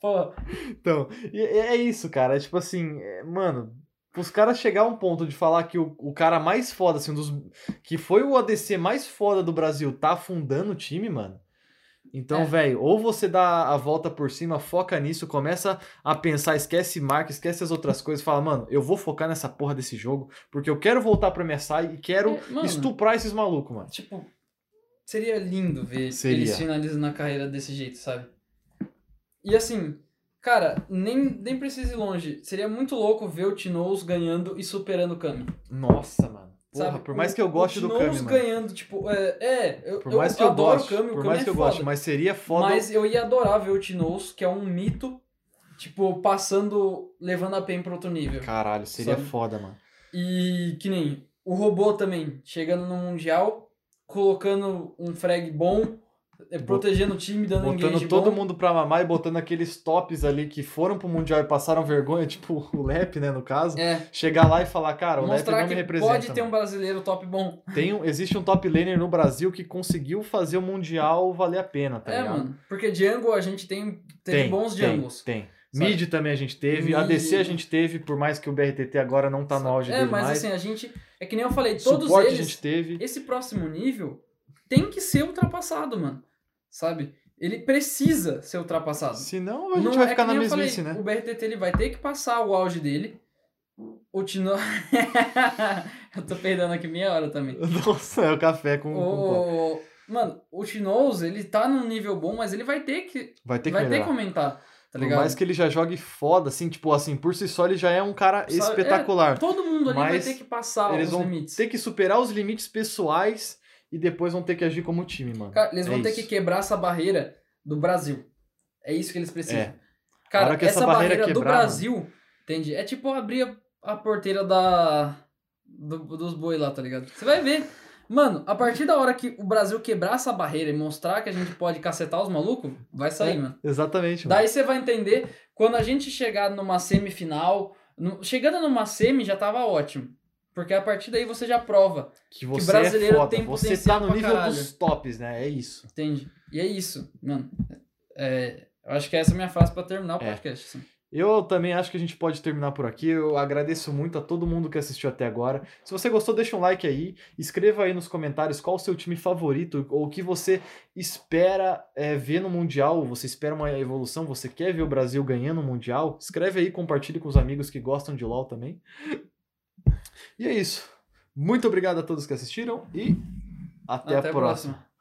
S1: Pô,
S2: Então, e- e é isso, cara. É tipo assim, é, mano, os caras chegar a um ponto de falar que o, o cara mais foda, assim, um dos. Que foi o ADC mais foda do Brasil, tá afundando o time, mano. Então,
S1: É.
S2: velho, ou você dá a volta por cima, foca nisso, começa a pensar, esquece marca, esquece as outras coisas, fala, mano, eu vou focar nessa porra desse jogo, porque eu quero voltar pra minha sai e quero
S1: É, mano.
S2: estuprar esses malucos, mano.
S1: Tipo, seria lindo ver
S2: Seria.
S1: eles finalizando a carreira desse jeito, sabe? E assim, cara, nem, nem precisa ir longe. Seria muito louco ver o Tinous ganhando e superando o Kami.
S2: Nossa, mano. Porra,
S1: sabe?
S2: por mais
S1: O-
S2: que eu goste
S1: o
S2: do
S1: Tinous
S2: Kami, mano.
S1: ganhando, tipo, é, é eu,
S2: Por mais
S1: eu
S2: que eu
S1: adoro
S2: goste,
S1: o Kami, o
S2: por
S1: Kami
S2: mais
S1: é
S2: que eu
S1: foda.
S2: goste, mas seria foda
S1: Mas eu ia adorar ver o Tinous, que é um mito, tipo, passando, levando a PEN pra outro nível.
S2: Caralho, seria
S1: Sabe?
S2: foda, mano.
S1: E que nem o robô também, chegando no Mundial, colocando um frag bom, eh,
S2: Bot-
S1: protegendo o time, dando
S2: Botando
S1: engage
S2: todo
S1: bom.
S2: mundo pra mamar e botando aqueles tops ali que foram pro Mundial e passaram vergonha, tipo o Lep, né, no caso.
S1: É,
S2: Chegar lá e falar, cara, o Lep
S1: mostrar
S2: não me
S1: que
S2: representa.
S1: pode ter um
S2: mano.
S1: brasileiro top bom.
S2: Tem um- existe um top laner no Brasil que conseguiu fazer o Mundial valer a pena, tá
S1: é,
S2: ligado?
S1: mano. Porque Django a gente tem teve
S2: Tem,
S1: bons
S2: tem,
S1: Django's.
S2: Tem.
S1: sabe?
S2: Mid também a gente teve,
S1: Mid.
S2: ADC a gente teve, por mais que o BRTT agora não tá no auge
S1: É,
S2: dele
S1: mas
S2: mais.
S1: assim, a gente. É que nem eu falei, todos
S2: Suporte a
S1: eles.
S2: gente teve.
S1: Esse próximo nível tem que ser ultrapassado, mano. Sabe? Ele precisa ser ultrapassado.
S2: Senão Então a gente
S1: Não-
S2: vai
S1: é
S2: ficar
S1: que
S2: na
S1: nem eu
S2: mesmice,
S1: falei,
S2: né?
S1: O BRTT ele vai ter que passar o auge dele. O Tino... eu tô perdendo aqui meia hora também.
S2: Nossa, é o café com, com copo.
S1: O... Mano, o Tinoz, ele tá num nível bom, mas ele vai ter que,
S2: Vai ter que
S1: vai ter
S2: melhorar.
S1: que aumentar, tá
S2: Por
S1: ligado?
S2: mais que ele já jogue foda, assim, tipo assim, por si só ele já é um cara
S1: Sabe,
S2: espetacular.
S1: Todo mundo ali vai
S2: Mas
S1: ter que passar
S2: eles
S1: os
S2: vão
S1: limites.
S2: Tem que superar os limites pessoais e depois vão ter que agir como time, mano.
S1: Cara, eles vão
S2: É
S1: ter
S2: isso.
S1: que quebrar essa barreira do Brasil. É isso que eles precisam.
S2: É. A
S1: Cara,
S2: hora que
S1: essa,
S2: essa barreira
S1: barreira, do
S2: quebrar,
S1: Brasil, entende? É tipo abrir a, a porteira da do- dos boi lá, tá ligado? Você vai ver. Mano, a partir da hora que o Brasil quebrar essa barreira e mostrar que a gente pode cacetar os malucos, vai sair,
S2: É.
S1: mano.
S2: Exatamente, mano.
S1: Daí você vai entender quando a gente chegar numa semifinal. no- chegando numa semi já tava ótimo. Porque a partir daí você já prova,
S2: Que você
S1: brasileiro
S2: é foda.
S1: tem
S2: você tá
S1: potencial
S2: no
S1: pra
S2: nível
S1: caralho.
S2: dos tops, né? É isso.
S1: entende? E é isso, mano. É, eu acho que essa é a minha frase pra terminar o
S2: É.
S1: podcast. assim.
S2: Eu também acho que a gente pode terminar por aqui. Eu agradeço muito a todo mundo que assistiu até agora. Se você gostou, deixa um like aí. Escreva aí nos comentários qual o seu time favorito ou o que você espera é, ver no Mundial. Você espera uma evolução? Você quer ver o Brasil ganhando o Mundial? Escreve aí, compartilhe com os amigos que gostam de LoL também. E é isso. Muito obrigado a todos que assistiram e até, a próxima.
S1: próxima.